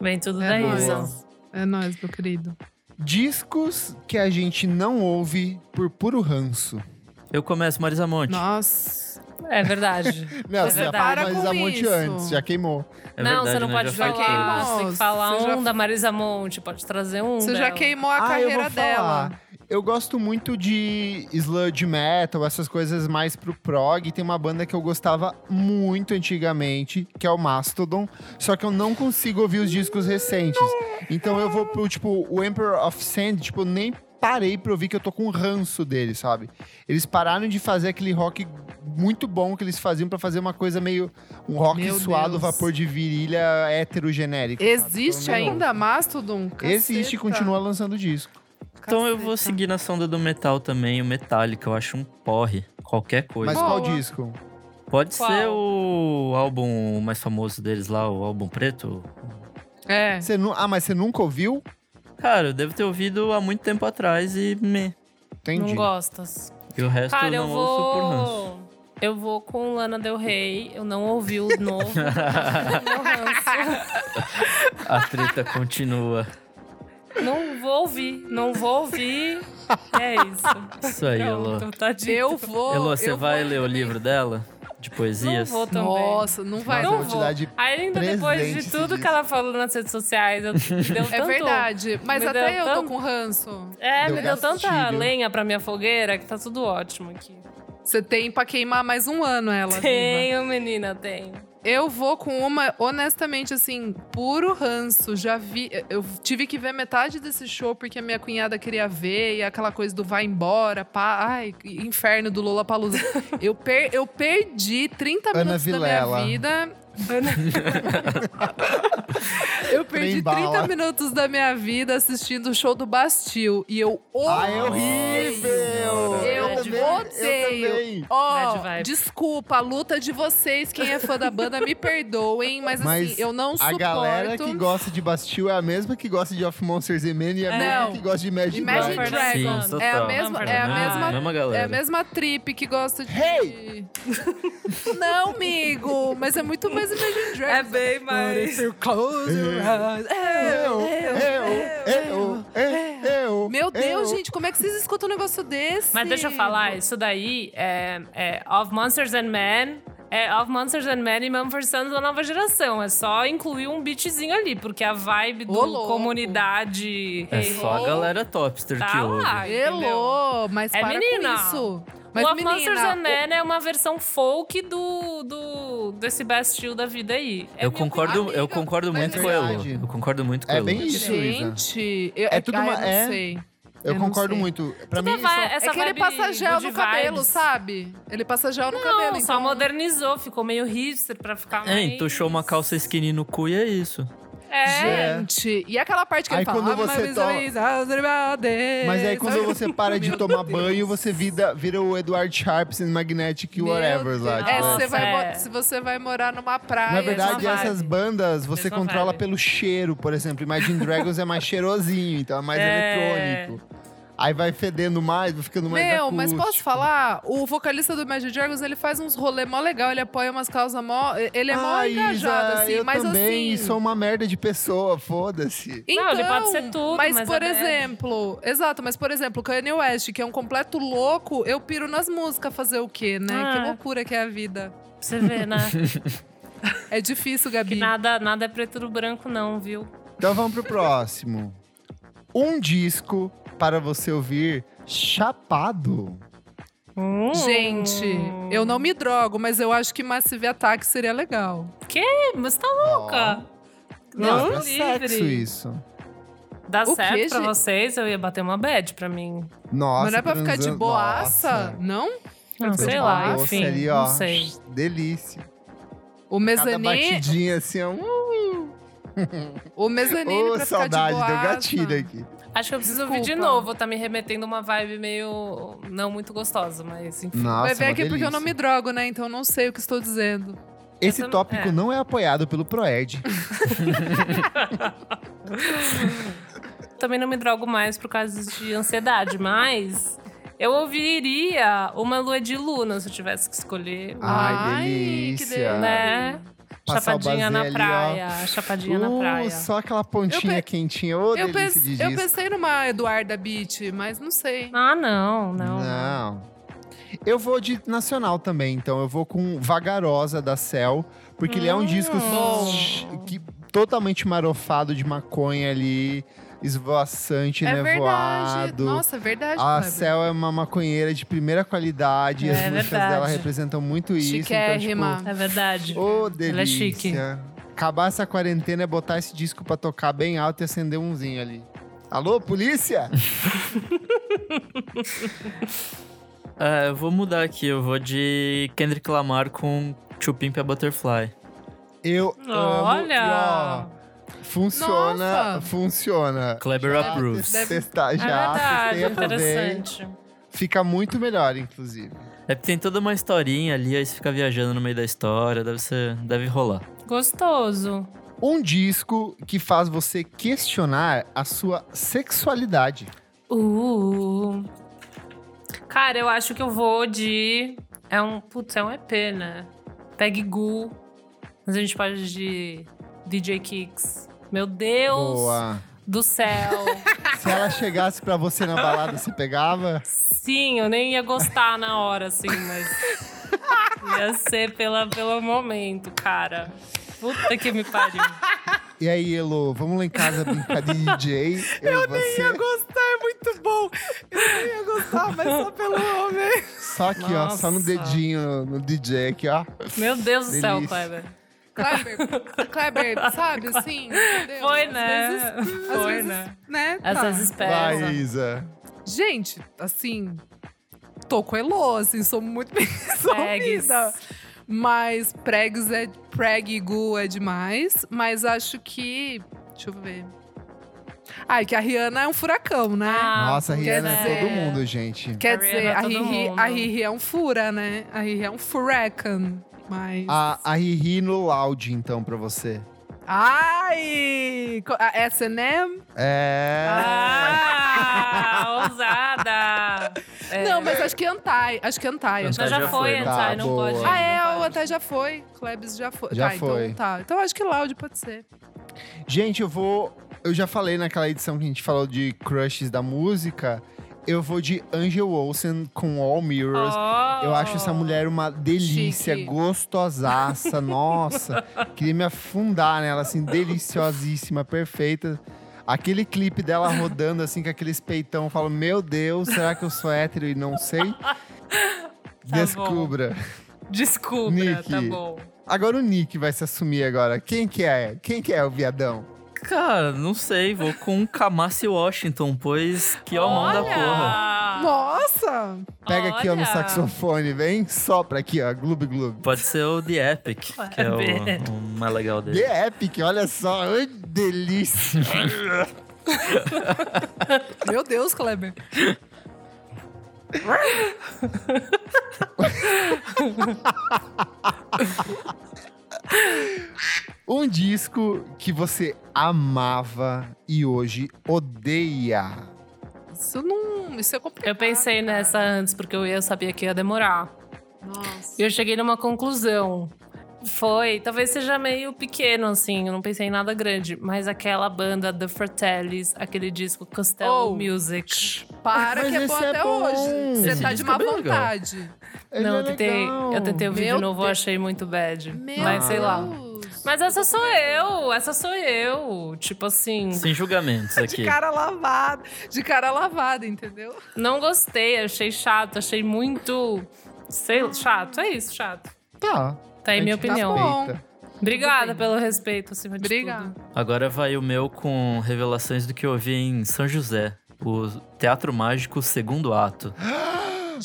Speaker 2: Vem tudo
Speaker 3: É
Speaker 2: da
Speaker 3: nóis.
Speaker 2: Isa.
Speaker 3: É nóis, meu querido.
Speaker 1: Discos que a gente não ouve por puro ranço.
Speaker 4: Eu começo Marisa Monte.
Speaker 3: Nossa.
Speaker 2: É verdade.
Speaker 1: Não,
Speaker 2: É
Speaker 1: você já
Speaker 2: verdade.
Speaker 1: fala
Speaker 3: Para
Speaker 1: mais
Speaker 3: com
Speaker 1: a monte
Speaker 3: isso.
Speaker 1: antes, já queimou.
Speaker 4: É
Speaker 2: não,
Speaker 4: verdade,
Speaker 2: você não
Speaker 4: né?
Speaker 2: pode
Speaker 4: Já foi
Speaker 2: falar.
Speaker 3: tudo.
Speaker 2: Você tem que falar
Speaker 3: Você já-
Speaker 2: um da Marisa Monte, pode trazer um.
Speaker 3: Você já
Speaker 2: dela.
Speaker 3: queimou a
Speaker 1: Ah, eu
Speaker 3: carreira
Speaker 1: vou
Speaker 3: dela.
Speaker 1: falar. Eu gosto muito de sludge metal, essas coisas mais pro prog. Tem uma banda que eu gostava muito antigamente, que é o Mastodon. Só que eu não consigo ouvir os discos recentes. Então eu vou pro, tipo, o Emperor of Sand, tipo, eu nem parei pra ouvir que eu tô com um ranço dele, sabe? Eles pararam de fazer aquele rock muito bom que eles faziam pra fazer uma coisa meio... Um rock
Speaker 3: Meu
Speaker 1: suado,
Speaker 3: Deus.
Speaker 1: vapor de virilha, heterogenérico. sabe?
Speaker 3: Existe
Speaker 1: Então, meu,
Speaker 3: ainda Mastodon? Caceta.
Speaker 1: Existe e continua lançando disco.
Speaker 4: Então eu vou
Speaker 3: Caceta.
Speaker 4: seguir na sonda do metal também, o Metallica, eu acho um porre, qualquer coisa.
Speaker 1: Mas
Speaker 3: Boa.
Speaker 1: qual disco?
Speaker 4: Pode
Speaker 2: Qual?
Speaker 4: ser o álbum mais famoso deles lá, o álbum preto.
Speaker 3: É.
Speaker 1: Você nu- Ah, mas você nunca ouviu?
Speaker 4: Cara, eu devo ter ouvido há muito tempo atrás e me.
Speaker 1: Entendi.
Speaker 2: Não gostas.
Speaker 4: E o resto
Speaker 2: Cara,
Speaker 4: eu
Speaker 2: eu
Speaker 4: não ouço por ranço.
Speaker 2: vou. Eu vou com Lana Del Rey. Eu não ouvi o novo. Meu ranço.
Speaker 4: A treta continua.
Speaker 2: Não vou ouvir. Não vou ouvir. É isso.
Speaker 4: Isso aí, Elô.
Speaker 2: Pronto, tá dito.
Speaker 3: Eu vou.
Speaker 4: Elô, você
Speaker 3: eu
Speaker 4: vai
Speaker 3: vou
Speaker 4: ler o
Speaker 3: também.
Speaker 4: livro dela? De
Speaker 2: não
Speaker 4: poesias?
Speaker 2: vou também.
Speaker 3: Nossa, não vai.
Speaker 1: Nossa,
Speaker 2: não
Speaker 1: a
Speaker 2: vou.
Speaker 1: quantidade
Speaker 2: Ainda depois
Speaker 1: presente
Speaker 2: de
Speaker 1: esse
Speaker 2: tudo que
Speaker 1: disco.
Speaker 2: ela falou nas redes sociais, eu, deu
Speaker 3: É
Speaker 2: tanto-
Speaker 3: verdade. Mas
Speaker 2: Me
Speaker 3: até
Speaker 2: deu
Speaker 3: eu tô
Speaker 2: tanto-
Speaker 3: com ranço.
Speaker 2: É,
Speaker 1: Deu
Speaker 2: me deu tanta
Speaker 1: gatilho.
Speaker 2: lenha pra minha fogueira que tá tudo ótimo aqui.
Speaker 3: Você tem pra queimar mais um ano ela. viva.
Speaker 2: Tenho, menina, tenho.
Speaker 3: Eu vou com uma, honestamente, assim, puro ranço. Já vi. Eu tive que ver metade desse show porque a minha cunhada queria ver e aquela coisa do vai embora, pá. Ai, inferno do Lola Palusa. eu, per- eu perdi 30
Speaker 1: Ana
Speaker 3: minutos da
Speaker 1: Vilela.
Speaker 3: minha vida. eu
Speaker 1: Trem
Speaker 3: perdi
Speaker 1: bala.
Speaker 3: 30 minutos da minha vida assistindo o show do Bastil. E eu
Speaker 1: Ah, é
Speaker 3: odeio.
Speaker 1: horrível!
Speaker 3: Eu
Speaker 1: também,
Speaker 3: odeio.
Speaker 1: Eu também.
Speaker 3: Ó,
Speaker 2: Bad vibe.
Speaker 3: desculpa, a luta de vocês, quem é fã da banda, me perdoem, mas,
Speaker 1: Mas
Speaker 3: assim, eu não
Speaker 1: A
Speaker 3: suporto.
Speaker 1: galera que gosta de Bastille é a mesma que gosta de Of Monsters and Men e a
Speaker 2: É.
Speaker 1: mesma
Speaker 3: Não.
Speaker 1: que gosta de Imagine,
Speaker 3: Imagine
Speaker 1: Dragons.
Speaker 3: Dragons.
Speaker 4: Sim, total.
Speaker 3: É a mesma, é a
Speaker 2: Não,
Speaker 3: mesma,
Speaker 2: não,
Speaker 4: mesma galera.
Speaker 3: é a mesma trip que gosta de.
Speaker 1: Hey!
Speaker 3: Não, amigo, mas é muito mais Imagine
Speaker 2: É
Speaker 3: Dragons.
Speaker 2: bem mais.
Speaker 1: Eu, eu, eu, eu, eu.
Speaker 3: Meu Deus,
Speaker 1: eu.
Speaker 3: gente, como é que vocês escutam um negócio desse?
Speaker 2: Mas deixa eu falar, isso daí é, é Of Monsters and Men, é Of Monsters and Men e Mumford Sons da nova geração. É só incluir um beatzinho ali, porque a vibe do
Speaker 3: Ô, louco.
Speaker 2: comunidade.
Speaker 4: É
Speaker 2: Hey,
Speaker 4: só a
Speaker 2: hey,
Speaker 4: galera topster que
Speaker 2: Tá
Speaker 4: ouve.
Speaker 2: lá, entendeu?
Speaker 3: Elô, mas
Speaker 2: É
Speaker 3: para
Speaker 2: menina.
Speaker 3: com isso.
Speaker 2: o
Speaker 3: Mas
Speaker 2: Of Monsters
Speaker 3: menina,
Speaker 2: and Men é uma versão folk do, do desse Bastille da vida aí. É
Speaker 4: Eu
Speaker 2: minha
Speaker 4: concordo,
Speaker 3: amiga,
Speaker 4: eu concordo
Speaker 3: mas
Speaker 4: muito
Speaker 1: é
Speaker 4: com o Elô.
Speaker 1: verdade.
Speaker 4: Eu concordo muito com o
Speaker 1: É
Speaker 4: Elô.
Speaker 1: bem isso, Isa.
Speaker 3: gente, eu,
Speaker 1: É tudo
Speaker 3: ah,
Speaker 1: uma-
Speaker 3: eu não
Speaker 1: é.
Speaker 3: sei.
Speaker 1: Eu
Speaker 3: Eu não
Speaker 1: concordo
Speaker 3: sei.
Speaker 1: muito. Pra mim,
Speaker 2: Toda
Speaker 1: isso
Speaker 2: vai-
Speaker 1: é-
Speaker 2: essa
Speaker 3: é que ele
Speaker 2: vibe
Speaker 3: passa gel
Speaker 2: good
Speaker 3: no cabelo,
Speaker 2: vibes.
Speaker 3: sabe? Ele passa gel no cabelo.
Speaker 2: Não, só
Speaker 3: então-
Speaker 2: modernizou, ficou meio hipster pra ficar mais...
Speaker 4: É, entuchou uma calça skinny no cu e é isso.
Speaker 2: É,
Speaker 1: É.
Speaker 3: Gente, e aquela parte que
Speaker 1: Aí
Speaker 3: ele fala...
Speaker 1: quando
Speaker 3: "Ah,
Speaker 1: você
Speaker 3: mas
Speaker 1: toma-
Speaker 3: isso é-
Speaker 1: Mas aí quando
Speaker 3: Sabe?
Speaker 1: você para de tomar banho, você vira, vira o Edward Sharps em Magnetic
Speaker 3: Meu
Speaker 1: Whatever lá.
Speaker 3: Deus.
Speaker 1: tipo,
Speaker 3: É,
Speaker 2: Nossa,
Speaker 3: você vai,
Speaker 2: é.
Speaker 3: mo- se você vai morar numa praia...
Speaker 1: Na verdade, é
Speaker 2: mesma vibe.
Speaker 1: essas
Speaker 3: É
Speaker 1: bandas você
Speaker 2: Mesma
Speaker 1: controla
Speaker 2: vibe.
Speaker 1: pelo cheiro, por exemplo. Imagine Dragons é mais cheirosinho, então é mais
Speaker 2: É.
Speaker 1: eletrônico. Aí vai fedendo mais, vai ficando mais
Speaker 3: Meu,
Speaker 1: acústico.
Speaker 3: mas posso falar? O vocalista do Magic Dragons, ele faz uns rolê mó legal, ele apoia umas causas mó... Ele é mó
Speaker 1: Ah,
Speaker 3: engajado,
Speaker 1: Isa,
Speaker 3: assim,
Speaker 1: eu
Speaker 3: mas
Speaker 1: também é um-
Speaker 3: assim...
Speaker 1: sou uma merda de pessoa, foda-se.
Speaker 3: Então,
Speaker 2: Não, ele pode ser tudo,
Speaker 3: mas,
Speaker 2: mas
Speaker 3: por
Speaker 2: é bad.
Speaker 3: exemplo, exato, mas por exemplo, Kanye West, que é um completo louco, eu piro nas músicas fazer o quê, né?
Speaker 2: Ah.
Speaker 3: Que loucura que é a vida.
Speaker 2: pra você ver, né?
Speaker 3: É difícil,
Speaker 2: que
Speaker 3: Gabi.
Speaker 2: nada, nada é preto do branco não, viu?
Speaker 1: Então vamos pro próximo. Um disco para você ouvir chapado.
Speaker 2: Hum.
Speaker 3: Gente, eu não me drogo, mas eu acho que Massive Attack seria legal.
Speaker 2: Ih, Mas tá louca.
Speaker 1: Não, é pra
Speaker 2: Deus livre.
Speaker 1: sexo isso.
Speaker 2: Dá
Speaker 3: O
Speaker 2: certo
Speaker 3: quê,
Speaker 2: pra
Speaker 3: gente?
Speaker 2: vocês, eu ia bater uma bad pra mim.
Speaker 1: Nossa,
Speaker 3: mas não é pra ficar de
Speaker 1: transando-
Speaker 3: boaça,
Speaker 1: Nossa.
Speaker 3: não?
Speaker 2: Não,
Speaker 1: Transando
Speaker 2: sei
Speaker 1: com a
Speaker 2: lá,
Speaker 1: bolsa
Speaker 2: enfim,
Speaker 1: ali, ó.
Speaker 2: não sei.
Speaker 1: Delícia. Cada
Speaker 3: O mezzanine,
Speaker 1: batidinha assim, ó.
Speaker 3: o mezzanine
Speaker 1: Ô,
Speaker 3: pra
Speaker 1: saudade,
Speaker 3: ficar de
Speaker 1: deu
Speaker 3: boaça.
Speaker 1: gatilho aqui.
Speaker 2: Acho que eu preciso ouvir de
Speaker 3: Desculpa.
Speaker 2: novo, tá me remetendo uma vibe meio não muito gostosa, mas enfim.
Speaker 1: Nossa,
Speaker 3: Vai ver
Speaker 1: uma
Speaker 3: aqui porque eu
Speaker 1: delícia.
Speaker 3: não me drogo, né? Então eu não sei o que estou dizendo.
Speaker 1: Esse
Speaker 2: Eu tam-
Speaker 1: tópico
Speaker 2: é.
Speaker 1: não é apoiado pelo Proed.
Speaker 2: Também não me drogo mais por causa de ansiedade, mas eu ouviria uma lua de luna se eu tivesse que escolher.
Speaker 1: Ai,
Speaker 3: Ai, que
Speaker 1: delícia.
Speaker 3: delícia.
Speaker 2: né?
Speaker 1: Passar o base
Speaker 2: Chapadinha na
Speaker 1: ali, ó.
Speaker 2: praia. Chapadinha na
Speaker 1: Uh,
Speaker 2: praia.
Speaker 1: Só aquela pontinha
Speaker 3: Eu pe-
Speaker 1: quentinha. Ô,
Speaker 3: Eu,
Speaker 1: delícia
Speaker 3: pense-
Speaker 1: de disco.
Speaker 3: eu pensei numa Eduarda Beat, mas não sei.
Speaker 2: Ah, não, não.
Speaker 1: Não. Eu vou de nacional também, então. Eu vou com Vagarosa da Cell, porque ele é
Speaker 3: Hum,
Speaker 1: um disco
Speaker 2: Bom.
Speaker 1: s- que, totalmente marofado de maconha ali, esvoaçante,
Speaker 3: É verdade.
Speaker 1: nevoado.
Speaker 3: Nossa, é verdade.
Speaker 1: A
Speaker 3: Kleber.
Speaker 1: Cell é uma maconheira de primeira qualidade,
Speaker 2: É
Speaker 1: as músicas
Speaker 2: verdade.
Speaker 1: dela representam muito isso.
Speaker 3: Chiquérrima.
Speaker 1: Então,
Speaker 2: É verdade.
Speaker 1: tipo, ô, delícia.
Speaker 2: Ela é chique.
Speaker 1: Acabar essa quarentena é botar esse disco pra tocar bem alto e acender umzinho ali. Alô, polícia?
Speaker 4: Ah, eu vou mudar aqui, eu vou de Kendrick Lamar com Chupimpa Butterfly.
Speaker 1: Eu amo.
Speaker 2: Olha!
Speaker 1: E, ó, Funciona,
Speaker 3: Nossa!
Speaker 1: funciona. Tá
Speaker 4: Kleber
Speaker 1: Já
Speaker 4: approves.
Speaker 1: deve- testar-
Speaker 2: É
Speaker 1: já
Speaker 2: verdade,
Speaker 1: testei, aprovei.
Speaker 2: interessante.
Speaker 1: Fica muito melhor, inclusive.
Speaker 4: É porque tem toda uma historinha ali, aí você fica viajando no meio da história, deve ser. deve rolar.
Speaker 2: Gostoso.
Speaker 1: Um disco que faz você questionar a sua sexualidade.
Speaker 2: Uh. Cara, eu acho que eu vou de. É um. Putz, é um EP, né? Peg Goo. Mas a gente pode de DJ Kicks. Meu Deus
Speaker 1: Boa.
Speaker 2: do céu.
Speaker 1: Se ela chegasse pra você na balada, você pegava?
Speaker 2: Sim, eu nem ia gostar na hora, assim, mas. ia ser pela, pelo momento, cara. Puta que me pariu.
Speaker 1: E aí, Elo, vamos lá em casa brincar de DJ? Eu, nem ia
Speaker 3: gostar, é muito bom. Eu nem ia gostar, mas só pelo homem.
Speaker 1: Só aqui, ó, só no
Speaker 2: Nossa.
Speaker 1: dedinho, no DJ aqui, ó.
Speaker 2: Meu Deus do céu,
Speaker 1: Delícia.
Speaker 2: Kleber.
Speaker 3: Kleber, Kleber, sabe assim? meu Deus,
Speaker 2: Foi,
Speaker 3: às
Speaker 2: né?
Speaker 3: vezes- às
Speaker 2: Foi,
Speaker 3: vezes,
Speaker 2: né?
Speaker 3: né?
Speaker 2: Às
Speaker 3: tá.
Speaker 2: vezes pesa.
Speaker 1: Vai, Isa.
Speaker 3: Gente, assim, tô com Elô, assim, sou muito bem
Speaker 2: Pregs.
Speaker 3: resolvida. Mas pregs é, preg e gu é demais. Mas acho que, deixa eu ver. Ai, que a Rihanna é um furacão, né?
Speaker 2: Ah,
Speaker 1: Nossa,
Speaker 2: pois
Speaker 1: Rihanna
Speaker 2: é.
Speaker 1: é todo mundo, gente.
Speaker 3: Quer
Speaker 2: a
Speaker 3: dizer,
Speaker 2: Rihanna
Speaker 3: a
Speaker 2: é todo
Speaker 3: Riri,
Speaker 2: mundo.
Speaker 3: a Riri é um fura, né? A Riri é um furacan. Mas.
Speaker 1: A, a Riri no loud, então, pra você.
Speaker 3: Ai! co- A SM?
Speaker 1: É.
Speaker 2: Ah, ousada! É.
Speaker 3: Não, mas acho que Antai. Acho que Antai. Acho que
Speaker 2: Não, já,
Speaker 4: já
Speaker 2: foi,
Speaker 4: foi,
Speaker 2: Antai,
Speaker 4: não.
Speaker 1: Tá,
Speaker 2: não
Speaker 1: boa.
Speaker 2: pode.
Speaker 3: Ah, é,
Speaker 2: não
Speaker 3: o
Speaker 2: pode.
Speaker 3: Antai já foi. Klebs já foi.
Speaker 1: Já
Speaker 3: tá,
Speaker 1: foi.
Speaker 3: Então, tá. então acho que Loud pode ser.
Speaker 1: Gente, eu vou. Eu já falei naquela edição que a gente falou de crushes da música. Eu vou de Angel Olsen com All Mirrors.
Speaker 2: Oh.
Speaker 1: Eu acho essa mulher uma delícia,
Speaker 3: Chique.
Speaker 1: gostosaça. Nossa, queria me afundar nela, assim, deliciosíssima, perfeita. Aquele clipe dela rodando, assim, com aqueles peitão. Eu falo, meu Deus, será que eu sou hétero e não sei? Descubra.
Speaker 2: Descubra,
Speaker 1: Nick.
Speaker 2: tá bom.
Speaker 1: Agora o Nick vai se assumir agora. Quem que é? Quem que é o viadão?
Speaker 4: Cara, não sei, vou com Kamasi Washington, pois que ó É mão da
Speaker 2: Olha!
Speaker 4: porra.
Speaker 3: Nossa!
Speaker 1: Pega aqui, ó, no
Speaker 2: Olha!
Speaker 1: saxofone, vem. Sopra aqui, ó, glub glub.
Speaker 4: Pode ser o The Epic, que é o, o mais legal dele.
Speaker 1: The é Epic, olha só, ai, delícia.
Speaker 3: Meu Deus, Kleber.
Speaker 1: um disco que você amava e hoje odeia.
Speaker 3: Isso não. Isso é complicado.
Speaker 2: Eu pensei
Speaker 3: cara.
Speaker 2: nessa antes, porque eu ia- sabia que ia demorar.
Speaker 3: Nossa.
Speaker 2: E eu cheguei numa conclusão. Foi, talvez seja meio pequeno, assim, eu não pensei em nada grande. Mas aquela banda The Fratellis, aquele disco Costello
Speaker 3: Oh.
Speaker 2: Music.
Speaker 3: Para
Speaker 1: Mas
Speaker 3: que é bom
Speaker 1: esse é
Speaker 3: até
Speaker 1: bom.
Speaker 3: hoje. Você
Speaker 4: Esse
Speaker 3: tá de
Speaker 4: disco
Speaker 3: má
Speaker 4: é bem legal.
Speaker 3: vontade.
Speaker 1: Ele
Speaker 2: não,
Speaker 1: é
Speaker 2: eu tentei,
Speaker 1: legal.
Speaker 2: eu tentei ouvir
Speaker 3: Meu
Speaker 2: de novo, eu
Speaker 3: Deus.
Speaker 2: achei muito bad.
Speaker 3: Meu
Speaker 2: mas sei lá.
Speaker 3: Deus.
Speaker 2: Mas essa sou eu, essa sou eu. Tipo assim,
Speaker 4: Sem julgamentos
Speaker 3: De
Speaker 4: aqui.
Speaker 3: cara lavada. De cara lavada, entendeu?
Speaker 2: não gostei, achei chato, achei muito. Sei, lá, chato, é isso, chato.
Speaker 1: Tá.
Speaker 2: Tá aí minha
Speaker 1: gente
Speaker 2: opinião.
Speaker 3: bom.
Speaker 1: respeita.
Speaker 2: Obrigada
Speaker 3: Tudo bem.
Speaker 2: pelo respeito, acima de
Speaker 3: Obrigada.
Speaker 2: tudo.
Speaker 4: Agora vai o meu com revelações do que eu ouvi em São José, o Teatro Mágico Segundo Ato.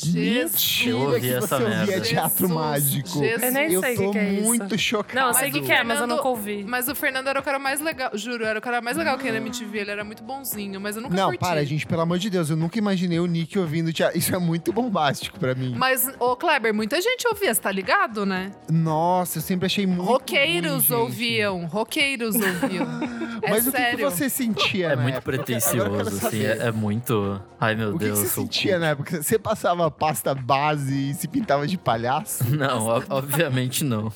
Speaker 1: Mentira
Speaker 4: Eu ouvi
Speaker 1: que
Speaker 4: essa
Speaker 1: você ouvia
Speaker 4: merda.
Speaker 1: teatro
Speaker 3: Jesus,
Speaker 1: mágico.
Speaker 3: Jesus.
Speaker 2: Eu nem
Speaker 1: eu
Speaker 2: sei o
Speaker 1: tô
Speaker 2: que que é isso.
Speaker 1: muito chocado.
Speaker 2: Não, eu sei o que, que é, mas eu
Speaker 3: Fernando-
Speaker 2: nunca ouvi.
Speaker 3: Mas o Fernando era o cara mais legal. Juro, era o cara mais legal que ele é me MTV. Ele era muito bonzinho, mas eu nunca
Speaker 1: Não,
Speaker 3: curti.
Speaker 1: para, gente, pelo amor de Deus, eu nunca imaginei o Nick ouvindo teatro. Isso é muito bombástico pra mim.
Speaker 3: Mas, ô Kleber, muita gente ouvia, você tá ligado, né?
Speaker 1: Nossa, eu sempre achei muito. ruim,
Speaker 3: Roqueiros
Speaker 1: gente.
Speaker 3: ouviam, roqueiros ouviam. é
Speaker 1: Mas o que que,
Speaker 3: sério.
Speaker 1: você sentia,
Speaker 4: É
Speaker 1: na
Speaker 4: muito
Speaker 1: época? Agora eu quero
Speaker 4: pretencioso, assim,
Speaker 1: saber.
Speaker 4: é, é muito. Ai meu
Speaker 1: O que, que
Speaker 4: Deus.
Speaker 1: você
Speaker 4: o-
Speaker 1: sentia né? na época? Você passava pasta base e se pintava de palhaço?
Speaker 4: Não, ob- obviamente não.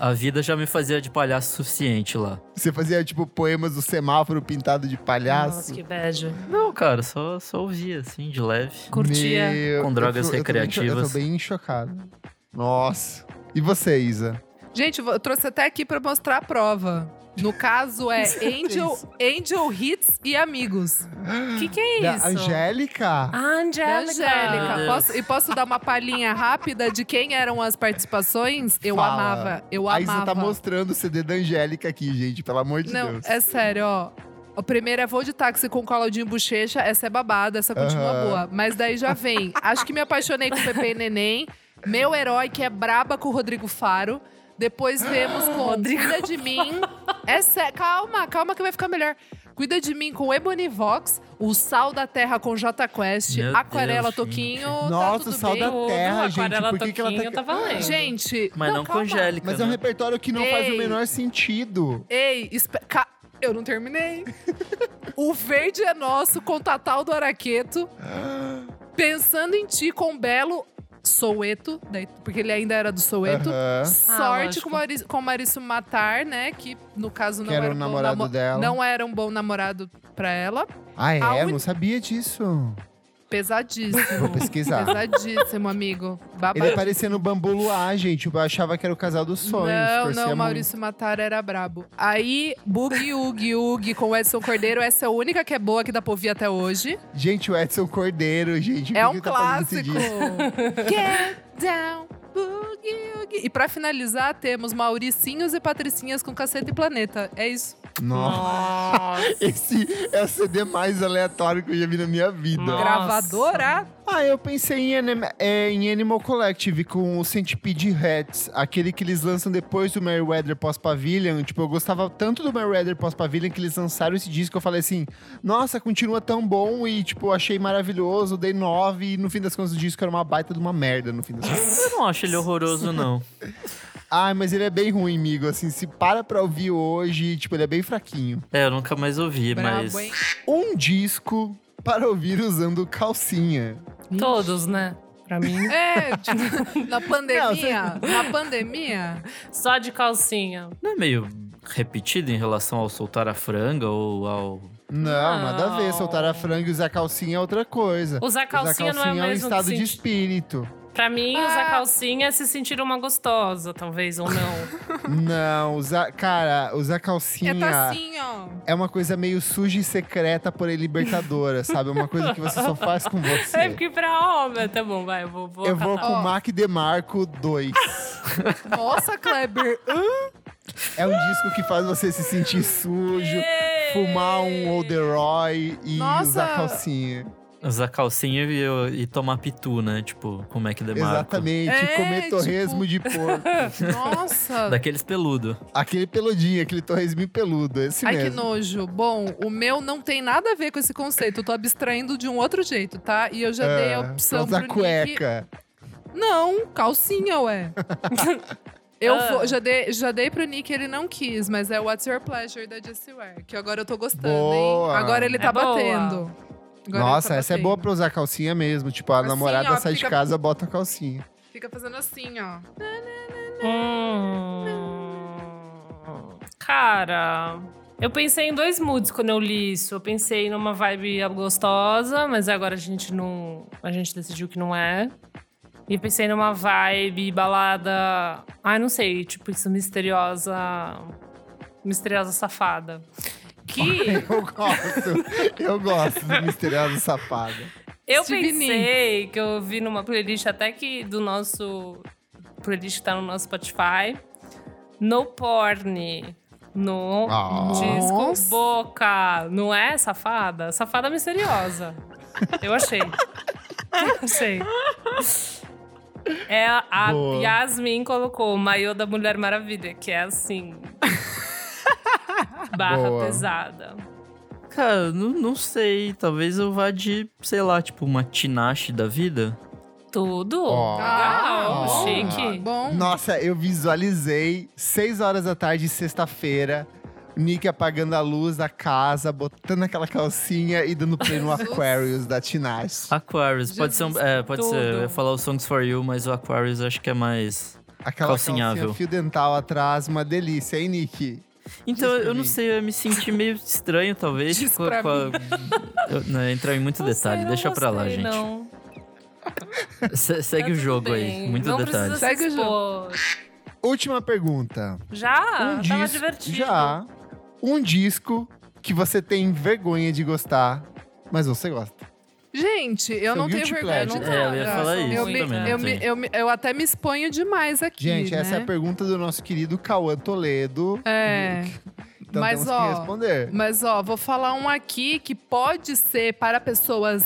Speaker 4: A vida já me fazia de palhaço suficiente lá.
Speaker 1: Você fazia, tipo, poemas do semáforo pintado de palhaço.
Speaker 2: Nossa, que bad.
Speaker 4: Não, cara, só, só ouvia, assim, de leve.
Speaker 2: Curtia.
Speaker 1: Meu,
Speaker 4: Com drogas
Speaker 1: eu tô- eu tô bem cho- Eu tô
Speaker 4: recreativas.
Speaker 1: bem chocado. Nossa. E você, Isa?
Speaker 3: Gente, eu vou- eu trouxe até aqui pra mostrar a prova. No caso é Angel, Angel Hits e Amigos.
Speaker 2: O que, que é
Speaker 1: Da
Speaker 2: isso?
Speaker 1: Angélica?
Speaker 3: Ah,
Speaker 2: A Angélica.
Speaker 4: Meu
Speaker 3: Angélica.
Speaker 4: Deus.
Speaker 3: Posso- e posso dar uma palhinha rápida de quem eram as participações? Eu
Speaker 1: Fala.
Speaker 3: amava, eu
Speaker 1: a
Speaker 3: amava.
Speaker 1: Isa tá mostrando o CD da Angélica aqui, gente, pelo amor de
Speaker 3: Não,
Speaker 1: Deus.
Speaker 3: é sério, ó. O primeiro é voo de táxi com Claudinho Bochecha. Essa é babada, essa continua
Speaker 1: Aham.
Speaker 3: boa. Mas daí já vem. Acho que me apaixonei com Pepe e Neném. Meu herói, que é braba com o Rodrigo Faro. Depois vemos com Cuida de Mim. É sé- Calma, calma que vai ficar melhor. Cuida de Mim com Ebony Vox. O Sal da Terra com J Quest.
Speaker 4: Meu
Speaker 3: Aquarela
Speaker 4: Deus,
Speaker 3: Toquinho.
Speaker 1: Nossa,
Speaker 3: tá
Speaker 1: o
Speaker 3: tudo
Speaker 1: Sal
Speaker 3: bem.
Speaker 1: da
Speaker 2: Tudo,
Speaker 1: Terra, gente.
Speaker 2: Aquarela
Speaker 1: Por que, que ela tá...
Speaker 2: Toquinho, eu tava lendo.
Speaker 3: Gente,
Speaker 4: Mas não, com
Speaker 3: calma.
Speaker 4: Angélica.
Speaker 1: Mas é um
Speaker 4: né?
Speaker 1: repertório que não faz o
Speaker 3: Ei.
Speaker 1: menor sentido.
Speaker 3: Ei, espe- ca- eu não terminei. o verde é nosso com Tatal do Araqueto. Pensando em ti com Belo Soueto, daí- porque ele ainda era do Soueto.
Speaker 1: Aham. Ah,
Speaker 3: Sorte
Speaker 2: lógico.
Speaker 3: com, Maurício, com Maurício Matar, né? Que no caso não
Speaker 1: Que era o
Speaker 3: um
Speaker 1: namorado
Speaker 3: bom namo-
Speaker 1: dela.
Speaker 3: Não era um bom namorado pra ela.
Speaker 1: Ah, é?
Speaker 3: A
Speaker 1: Eu
Speaker 3: uni-
Speaker 1: Não sabia disso. Vou
Speaker 3: Pesadíssimo.
Speaker 1: pesquisar.
Speaker 3: Pesadíssimo, amigo.
Speaker 1: Ele
Speaker 3: Babado.
Speaker 1: aparecia no Bambu Luar, gente. Eu achava que era o casal dos sonhos.
Speaker 3: Não,
Speaker 1: torcia
Speaker 3: não,
Speaker 1: muito.
Speaker 3: Maurício Matar era brabo. Aí, Boogie Ugi Ugi com o Edson Cordeiro. Essa é a única que é boa aqui da Povi até hoje.
Speaker 1: Gente, o Edson Cordeiro, gente. por
Speaker 3: É
Speaker 1: que
Speaker 3: um
Speaker 1: ele tá fazendo esse
Speaker 3: clássico.
Speaker 1: disco?
Speaker 3: Get down, boogie, woogie. E pra finalizar, temos Mauricinhos e Patricinhas com Caceta e Planeta. É isso.
Speaker 1: Nossa.
Speaker 2: Nossa.
Speaker 1: Esse é o CD mais aleatório que eu já vi na minha vida.
Speaker 2: Nossa.
Speaker 3: Gravadora.
Speaker 1: Ah, eu pensei em, Anim- é, em Animal Collective com o Centipede Hats, aquele que eles lançam depois do Meriwether pós-Pavilion. Tipo, eu gostava tanto do Meriwether pós-Pavilion que eles lançaram esse disco. Eu falei assim, nossa, continua tão bom e, tipo, achei maravilhoso, dei nove. E no fim das contas, o disco era uma baita de uma merda, no fim das contas.
Speaker 4: Eu não acho ele horroroso, não.
Speaker 1: Ai, mas ele é bem ruim, amigo. Assim, se para pra ouvir hoje, tipo, ele é bem fraquinho.
Speaker 4: É, eu nunca mais ouvi, mas.
Speaker 3: Brabo, hein?
Speaker 1: Um disco para ouvir usando calcinha.
Speaker 2: Todos, né? Pra mim.
Speaker 3: É, tipo, na pandemia. Na pandemia.
Speaker 2: Só de calcinha.
Speaker 4: Não é meio repetido em relação ao soltar a franga ou ao.
Speaker 1: Não, nada a ver. Soltar a franga e usar calcinha é outra coisa.
Speaker 2: Usar calcinha,
Speaker 1: usar calcinha
Speaker 2: não é o
Speaker 1: um
Speaker 2: mesmo que
Speaker 1: estado de
Speaker 2: sentir-
Speaker 1: espírito.
Speaker 2: Pra mim,
Speaker 3: Ah.
Speaker 2: usar calcinha é se sentir uma gostosa, talvez, ou não.
Speaker 1: não, usar. Cara, usar calcinha.
Speaker 3: É tá assim, ó.
Speaker 1: é uma coisa meio suja e secreta, porém libertadora, sabe? É Uma coisa que você só faz com você.
Speaker 2: é porque pra obra, tá bom, vai, eu vou. vou
Speaker 1: Eu vou
Speaker 2: catar.
Speaker 1: com
Speaker 3: Ó.
Speaker 1: Mac DeMarco 2.
Speaker 3: Nossa, Kleber.
Speaker 1: É um disco que faz você se sentir
Speaker 2: É.
Speaker 1: sujo, fumar um Olderoy e
Speaker 3: É. Nossa.
Speaker 1: usar calcinha.
Speaker 4: Usar calcinha e, eu- e tomar pitu, né? Tipo, como é que demora?
Speaker 1: Exatamente.
Speaker 3: É,
Speaker 1: Comer torresmo de porco.
Speaker 3: Nossa.
Speaker 4: Daqueles peludo.
Speaker 1: Aquele peludinho, aquele torresminho peludo. Esse
Speaker 3: Ai, que
Speaker 1: mesmo.
Speaker 3: nojo. Bom, o meu não tem nada a ver com esse conceito. Eu tô abstraindo de um outro jeito, tá? E eu já dei a
Speaker 1: Ah,
Speaker 3: opção
Speaker 1: usar
Speaker 3: pro Nick
Speaker 1: cueca.
Speaker 3: Não, calcinha, ué. Eu
Speaker 2: Ah.
Speaker 3: vou- já, dei, já dei pro Nick, ele não quis, mas é What's Your Pleasure da Jessie Ware, que agora eu tô gostando,
Speaker 1: Boa.
Speaker 3: hein? Agora ele tá
Speaker 2: É boa.
Speaker 3: batendo. Agora
Speaker 1: Nossa,
Speaker 3: ele tá
Speaker 1: essa é
Speaker 3: batendo.
Speaker 1: boa pra usar calcinha mesmo. Tipo, a
Speaker 3: Assim,
Speaker 1: namorada
Speaker 3: ó,
Speaker 1: sai de
Speaker 3: fica-
Speaker 1: casa, bota a calcinha.
Speaker 3: Fica fazendo assim, ó.
Speaker 2: Hum. Cara, eu pensei em dois moods quando eu li isso. Eu pensei numa vibe gostosa, mas agora a gente não. A gente decidiu que não é. E pensei numa vibe balada. Ai, não sei, tipo, isso misteriosa. Misteriosa safada. Que
Speaker 1: Eu gosto. eu gosto do misterioso safado.
Speaker 2: eu
Speaker 3: Stevie
Speaker 2: pensei que eu vi numa playlist até que do nosso. Playlist que tá no nosso Spotify. No porn. No
Speaker 1: Ah.
Speaker 2: disco
Speaker 3: Nossa.
Speaker 2: boca. Não é safada? Safada misteriosa. eu achei. Eu achei. É, a
Speaker 1: Boa.
Speaker 2: Yasmin colocou o maiô da Mulher Maravilha, que é assim. barra
Speaker 1: Boa.
Speaker 2: pesada.
Speaker 4: Cara, não, não sei. Talvez eu vá de, sei lá, tipo, uma tinache da vida.
Speaker 2: Tudo?
Speaker 1: Ó.
Speaker 2: Legal,
Speaker 1: Ó.
Speaker 2: chique.
Speaker 3: Tá Bom,
Speaker 1: Nossa, eu visualizei 6 horas da tarde, sexta-feira. o Nick apagando a luz da casa, botando aquela calcinha e dando play no Aquarius da Tinashe.
Speaker 4: Aquarius, pode ser um.
Speaker 3: Jesus,
Speaker 4: É, pode ser.
Speaker 2: tudo.
Speaker 4: Eu ia falar o Songs for You, mas o Aquarius acho que é mais.
Speaker 1: Aquela
Speaker 4: Calcinhável.
Speaker 1: calcinha fio dental atrás, uma delícia, hein, Nick?
Speaker 4: Então,
Speaker 1: Diz pra
Speaker 4: eu não
Speaker 1: mim.
Speaker 4: sei, eu me senti meio estranho, talvez. tipo,
Speaker 3: Diz
Speaker 4: com a-
Speaker 3: pra
Speaker 4: com a- eu- não, entrar em muito
Speaker 2: Não
Speaker 4: detalhe,
Speaker 2: sei, não
Speaker 4: deixa pra lá,
Speaker 2: gostei,
Speaker 4: gente.
Speaker 2: não.
Speaker 4: Se-
Speaker 2: Tá
Speaker 4: segue o
Speaker 2: tudo
Speaker 4: jogo aí,
Speaker 2: bem.
Speaker 4: muito
Speaker 2: não
Speaker 4: detalhe.
Speaker 2: Precisa
Speaker 3: Segue
Speaker 2: se
Speaker 3: o
Speaker 2: expor.
Speaker 1: Última pergunta.
Speaker 2: Já?
Speaker 3: Ah,
Speaker 1: um
Speaker 2: Tava
Speaker 1: disco,
Speaker 2: divertido.
Speaker 1: Já. Um disco que você tem vergonha de gostar, mas você gosta.
Speaker 3: Gente, eu
Speaker 1: Seu
Speaker 3: não tenho
Speaker 1: guilty
Speaker 3: vergonha.
Speaker 1: pleasure.
Speaker 3: não
Speaker 4: É, eu ia
Speaker 3: nada.
Speaker 4: falar isso
Speaker 3: eu me,
Speaker 4: também, não
Speaker 3: eu, me,
Speaker 4: tem.
Speaker 3: eu, me- eu até me exponho demais aqui.
Speaker 1: Gente,
Speaker 3: né?
Speaker 1: essa é a pergunta do nosso querido Cauã Toledo.
Speaker 3: É.
Speaker 1: Então
Speaker 3: Mas,
Speaker 1: temos
Speaker 3: ó,
Speaker 1: que responder.
Speaker 3: Mas ó, vou falar um aqui que pode ser para pessoas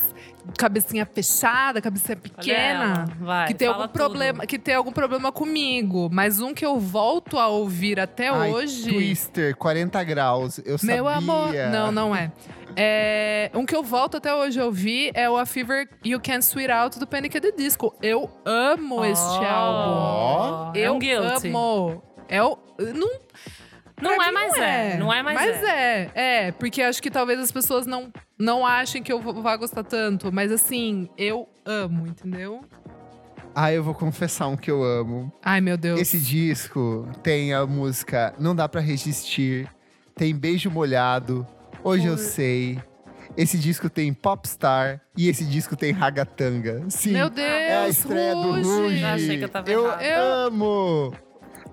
Speaker 3: cabecinha fechada, cabecinha
Speaker 2: Olha ela,
Speaker 3: pequena.
Speaker 2: Vai,
Speaker 3: que tem
Speaker 2: fala
Speaker 3: algum
Speaker 2: tudo.
Speaker 3: problema, que tem algum problema comigo, mas um que eu volto a ouvir até
Speaker 1: Ai,
Speaker 3: É hoje.
Speaker 1: Twister, 40 graus. Eu sabia.
Speaker 3: Meu amor, não, não é. É, Um que eu volto até hoje a ouvir é o A Fever You Can Sweet Out do Panic! At the Disco. Eu amo este álbum.
Speaker 1: Ó.
Speaker 2: Oh, É
Speaker 3: Eu
Speaker 2: um guilty.
Speaker 3: amo. É o não
Speaker 2: Não
Speaker 3: Pra
Speaker 2: é,
Speaker 3: mim,
Speaker 2: mas é. Não é, mas,
Speaker 3: mas é. é. porque acho que talvez as pessoas não, não achem que eu vou- vá gostar tanto. Mas assim, eu amo, entendeu?
Speaker 1: Ah, eu vou confessar um que eu amo.
Speaker 3: Ai, meu Deus.
Speaker 1: Esse disco tem a música Não Dá Pra Resistir, tem Beijo Molhado, Hoje Eu
Speaker 3: Ui.
Speaker 1: Sei. Esse disco tem Popstar e esse disco tem Ragatanga. Sim,
Speaker 3: Meu Deus,
Speaker 1: é a estreia
Speaker 3: Ruge.
Speaker 1: do Ruge.
Speaker 2: Eu achei que eu tava errada.
Speaker 1: amo!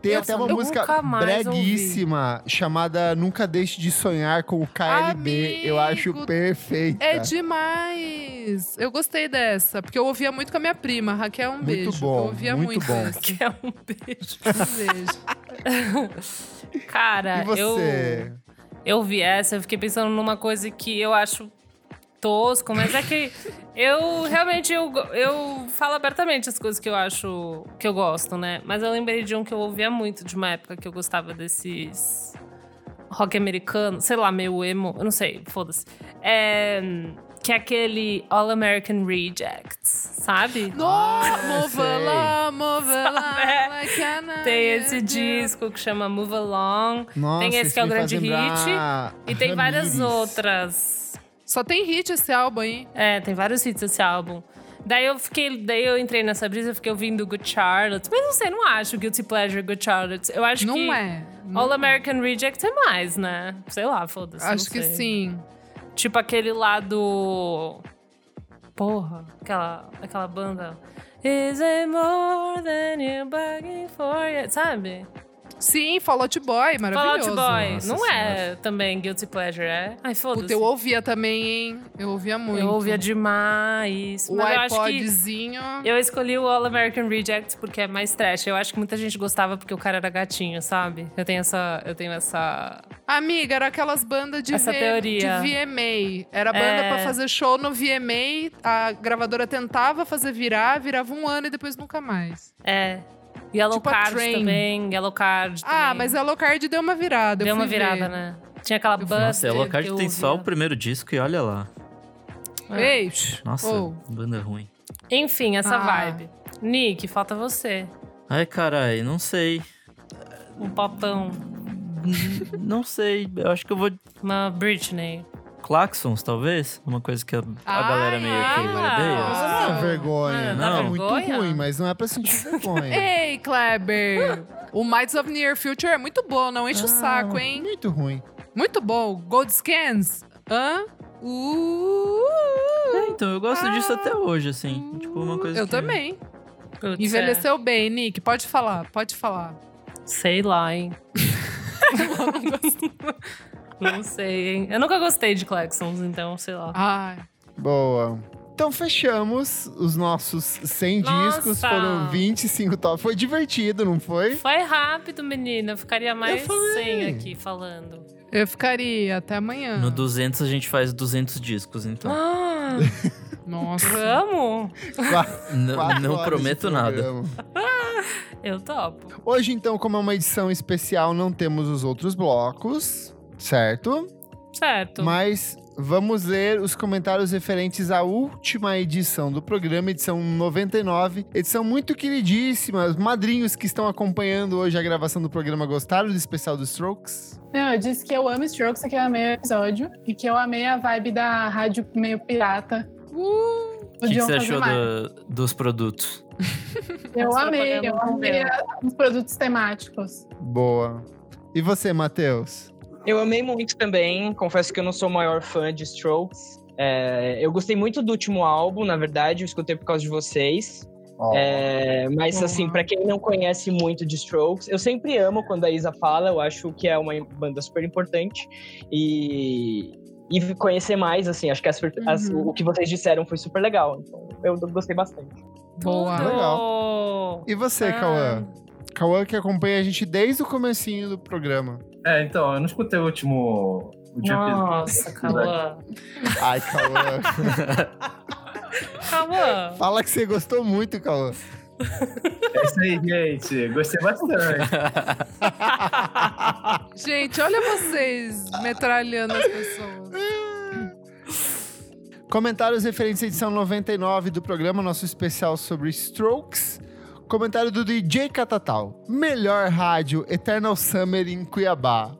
Speaker 1: Tem
Speaker 2: Eu
Speaker 1: até uma
Speaker 2: só- eu
Speaker 1: música
Speaker 2: nunca mais
Speaker 1: breguíssima chamada Nunca Deixe de Sonhar com o KLB. eu acho
Speaker 3: Amigo,
Speaker 1: perfeita.
Speaker 3: É demais! Eu gostei dessa, porque eu ouvia muito com a minha prima, Raquel, um
Speaker 1: Muito
Speaker 3: beijo.
Speaker 1: bom,
Speaker 3: eu ouvia
Speaker 1: muito
Speaker 3: muito,
Speaker 1: bom.
Speaker 3: essa.
Speaker 2: Que é um beijo.
Speaker 3: Um beijo.
Speaker 2: Cara,
Speaker 1: E você?
Speaker 2: eu eu vi essa, eu fiquei pensando numa coisa que eu acho tosco, mas é que eu realmente eu, go- eu falo abertamente as coisas que eu acho que eu gosto, né? Mas eu lembrei de um que eu ouvia muito de uma época que eu gostava desses rock americano, sei lá, meio emo, eu não sei, foda-se. É, que é aquele All American Rejects, sabe?
Speaker 3: Nossa,
Speaker 1: Ah, sei.
Speaker 3: movela, movela,
Speaker 2: Sabe?
Speaker 3: like I know
Speaker 2: É, Tem esse
Speaker 3: you do.
Speaker 2: disco que chama Move Along.
Speaker 1: Nossa,
Speaker 2: tem esse que é o
Speaker 1: me faz
Speaker 2: grande
Speaker 1: lembrar
Speaker 2: hit. E tem várias
Speaker 1: Ramírez.
Speaker 2: outras.
Speaker 3: Só tem hit esse álbum, hein?
Speaker 2: É, tem vários hits esse álbum. Daí eu fiquei, daí eu entrei nessa brisa, eu fiquei ouvindo Good Charlotte. Mas não sei, não acho Guilty Pleasure Good Charlotte. Eu acho que
Speaker 3: Não é. Não-
Speaker 2: All American Reject é mais, né? Sei lá, foda-se. não
Speaker 3: Acho que
Speaker 2: sei.
Speaker 3: sim.
Speaker 2: Tipo aquele lá do. Porra, aquela, aquela banda. Is it more than you're begging for? It? Sabe?
Speaker 3: Sim, Fall Out Boy, maravilhoso.
Speaker 2: Fallout Boy.
Speaker 4: Nossa
Speaker 2: não é também Guilty Pleasure, é? Ai,
Speaker 3: Puta,
Speaker 2: foda-se.
Speaker 3: eu ouvia também, hein? Eu ouvia muito.
Speaker 2: Eu ouvia demais.
Speaker 3: O
Speaker 2: mas eu acho que
Speaker 3: iPodzinho.
Speaker 2: eu escolhi o All American Rejects porque é mais trash. Eu acho que muita gente gostava porque o cara era gatinho, sabe? Eu tenho essa. Eu tenho essa.
Speaker 3: Amiga, era aquelas bandas de,
Speaker 2: Essa
Speaker 3: V-
Speaker 2: teoria.
Speaker 3: de VMA. Era banda
Speaker 2: É.
Speaker 3: pra fazer show no VMA, a gravadora tentava fazer virar, virava um ano e depois nunca mais.
Speaker 2: É. Yellow
Speaker 3: Tipo a
Speaker 2: Card
Speaker 3: Train.
Speaker 2: também. Yellow Card.
Speaker 3: Ah,
Speaker 2: também.
Speaker 3: mas a Locard deu uma virada. eu
Speaker 2: Deu uma
Speaker 3: fui
Speaker 2: virada,
Speaker 3: ver.
Speaker 2: né? Tinha aquela
Speaker 3: Eu fui-
Speaker 2: Buster.
Speaker 4: Nossa, é o Locard
Speaker 2: que
Speaker 4: tem
Speaker 2: eu
Speaker 4: só o
Speaker 2: ouvia.
Speaker 4: primeiro disco e olha lá.
Speaker 2: É.
Speaker 3: Ei,
Speaker 4: Nossa,
Speaker 3: oh.
Speaker 4: banda ruim.
Speaker 2: Enfim, essa
Speaker 3: Ah.
Speaker 2: vibe. Nick, falta você.
Speaker 4: Ai, carai, não sei.
Speaker 2: Um popão.
Speaker 4: não sei. Eu acho que eu vou.
Speaker 2: Uma Britney.
Speaker 4: Claxons, talvez? Uma coisa que a, a
Speaker 3: Ah,
Speaker 4: galera meio que
Speaker 2: é?
Speaker 4: odeia.
Speaker 1: Mas não é
Speaker 3: Ah,
Speaker 1: vergonha.
Speaker 4: não.
Speaker 1: É muito
Speaker 2: Vergonha?
Speaker 1: ruim, mas não é pra sentir vergonha.
Speaker 3: Ei, Kleber! o Minds of Near Future é muito bom, não enche o
Speaker 2: Ah.
Speaker 3: saco, hein?
Speaker 1: Muito ruim.
Speaker 3: Muito bom. Gold Scans. Hã? Uh,
Speaker 4: É, então, eu gosto disso até hoje, assim. Tipo, uma coisa
Speaker 3: eu
Speaker 4: que-
Speaker 3: também.
Speaker 2: Putz,
Speaker 3: Envelheceu bem, Nick. Pode falar, pode falar.
Speaker 2: é. Sei lá, hein? Não sei, hein? Eu nunca gostei de Claxons, então, sei lá.
Speaker 3: Ai.
Speaker 1: Boa. Então fechamos os nossos 100
Speaker 2: Nossa!
Speaker 1: discos, foram 25 top. Foi divertido, não foi?
Speaker 2: Foi rápido, menina. Eu ficaria mais
Speaker 1: Eu falei.
Speaker 2: sem aqui falando.
Speaker 3: Eu ficaria até amanhã.
Speaker 4: No 200 a gente faz 200 discos, então.
Speaker 2: Ah,
Speaker 3: Nossa.
Speaker 2: vamos?
Speaker 1: Qua-
Speaker 4: N-
Speaker 1: quatro
Speaker 4: não
Speaker 1: horas de
Speaker 4: prometo nada.
Speaker 1: programa.
Speaker 2: Eu topo.
Speaker 1: Hoje, então, como é uma edição especial, não temos os outros blocos, certo?
Speaker 2: Certo.
Speaker 1: Mas vamos ler os comentários referentes à última edição do programa, edição 99. Edição muito queridíssima. Os madrinhos que estão acompanhando hoje a gravação do programa gostaram do especial dos Strokes?
Speaker 5: Não, eu disse que eu amo Strokes, que eu amei o episódio e que eu amei a vibe da rádio meio pirata.
Speaker 3: Uh,
Speaker 5: do
Speaker 4: O que, que
Speaker 5: John
Speaker 4: você achou
Speaker 5: Casimiro.
Speaker 4: do- dos produtos?
Speaker 5: Eu
Speaker 2: Essa
Speaker 5: amei,
Speaker 2: propaganda
Speaker 5: eu
Speaker 2: não
Speaker 5: amei
Speaker 2: deu.
Speaker 5: a- os produtos temáticos.
Speaker 1: Boa. E você, Matheus?
Speaker 6: Eu amei muito também. Confesso que eu não sou o maior fã de Strokes. É, eu gostei muito do último álbum, na verdade, eu escutei por causa de vocês. É, mas,
Speaker 5: Uhum.
Speaker 6: assim, pra quem não conhece muito de Strokes, eu sempre amo quando a Isa fala, eu acho que é uma banda super importante. E, e conhecer mais, assim, acho que as- as-
Speaker 5: Uhum.
Speaker 6: o que vocês disseram foi super legal. Então, eu gostei bastante.
Speaker 3: Boa.
Speaker 2: Tudo!
Speaker 1: E você,
Speaker 2: Ah.
Speaker 1: Cauã? Cauã que acompanha a gente desde o comecinho do programa.
Speaker 7: É, então, eu não escutei o último. O último
Speaker 2: Nossa, Cauã.
Speaker 1: Ai, Cauã.
Speaker 2: Cauã.
Speaker 1: Fala que você gostou muito, Cauã.
Speaker 7: episódio. É isso aí, gente. Gostei bastante.
Speaker 3: Gente, olha vocês metralhando as pessoas.
Speaker 1: Comentários referentes à edição 99 do programa, nosso especial sobre Strokes. Comentário do DJ Catatal. Melhor rádio, Eternal Summer em Cuiabá.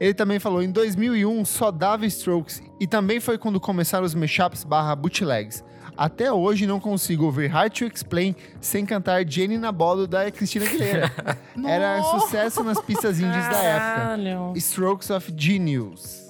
Speaker 1: Ele também falou, em 2001 só dava Strokes e também foi quando começaram os mashups barra bootlegs. Até hoje não consigo ouvir Hard to Explain sem cantar Jenny na bola da Cristina Aguilera. Era
Speaker 3: Nossa.
Speaker 1: sucesso nas pistas indies da época.
Speaker 2: Caralho.
Speaker 1: Strokes of Genius.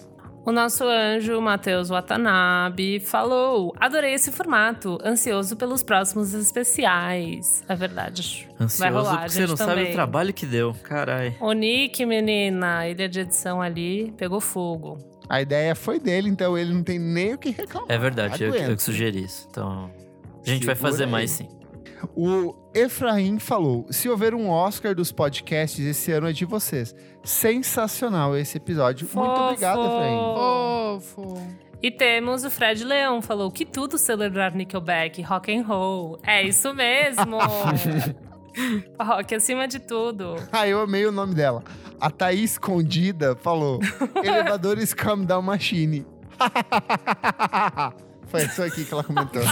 Speaker 2: O nosso anjo, Matheus Watanabe, falou: Adorei esse formato, ansioso pelos próximos especiais. É verdade. Vai
Speaker 4: Ansioso
Speaker 2: rolar, a
Speaker 4: porque
Speaker 2: gente
Speaker 4: você não sabe
Speaker 2: também.
Speaker 4: o trabalho que deu. Carai.
Speaker 2: O Nick, menina, ilha de edição ali, pegou fogo.
Speaker 1: A ideia foi dele, então ele não tem nem o que reclamar.
Speaker 4: É verdade, eu,
Speaker 1: Aguenta.
Speaker 4: eu que sugeri isso. Então, a gente vai
Speaker 1: Segura
Speaker 4: fazer
Speaker 1: aí.
Speaker 4: mais sim.
Speaker 1: O Efraim falou: se houver um Oscar dos podcasts, esse ano é de vocês. Sensacional esse episódio. Muito
Speaker 2: Fofo.
Speaker 1: obrigado, Efraim.
Speaker 3: Fofo.
Speaker 2: E temos o Fred Leão, falou que tudo celebrar Nickelback, rock and roll. É isso mesmo. rock acima de tudo.
Speaker 1: Ah, eu amei o nome dela. A Thaís Escondida falou: elevadores come down machine. Foi isso aqui que ela comentou.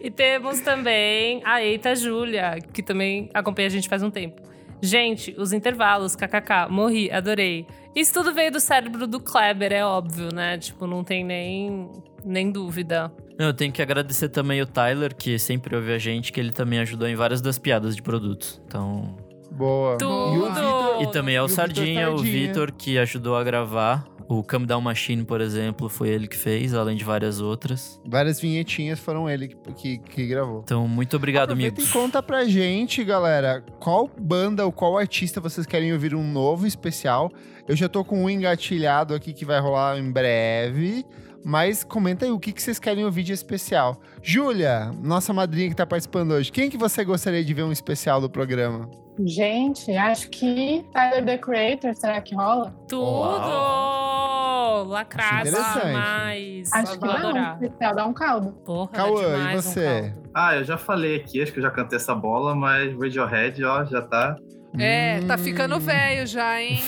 Speaker 2: E temos também a Eita Júlia, que também acompanha a gente faz um tempo. Gente, os intervalos, kkk, morri, adorei. Isso tudo veio do cérebro do Kleber, é óbvio, né? Tipo, não tem nem, nem dúvida.
Speaker 4: Não, eu tenho que agradecer também o Tyler, que sempre ouve a gente, que ele também ajudou em várias das piadas de produtos. Então.
Speaker 1: Boa.
Speaker 2: Tudo!
Speaker 1: E o Vitor.
Speaker 4: E também é o
Speaker 1: Oh, Vitor
Speaker 4: Sardinha, o
Speaker 1: Sardinha.
Speaker 4: Vitor, que ajudou a gravar. O Come Down Machine, por exemplo, foi ele que fez, além de várias outras.
Speaker 1: Várias vinhetinhas foram ele que, que, que gravou.
Speaker 4: Então, muito obrigado,
Speaker 1: Aproveita
Speaker 4: amigos.
Speaker 1: E conta pra gente, galera, qual banda ou qual artista vocês querem ouvir um novo especial. Eu já tô com um engatilhado aqui que vai rolar em breve. Mas comenta aí o que, que vocês querem ouvir de especial. Júlia, nossa madrinha que tá participando hoje, quem que você gostaria de ver um especial do programa?
Speaker 5: Gente, acho que Tyler the Creator, será que rola?
Speaker 2: Tudo! Lacrado
Speaker 1: Interessante.
Speaker 2: demais.
Speaker 5: acho que
Speaker 2: Vou
Speaker 5: não.
Speaker 2: adorar.
Speaker 5: Especial dá um caldo.
Speaker 2: Porra,
Speaker 1: Cauã,
Speaker 2: é demais
Speaker 1: e
Speaker 2: um
Speaker 1: você?
Speaker 2: caldo.
Speaker 7: Ah, eu já falei aqui, acho que eu já cantei essa bola, mas Radiohead, ó, já tá.
Speaker 3: É, tá
Speaker 1: Hum,
Speaker 3: ficando velho já, hein?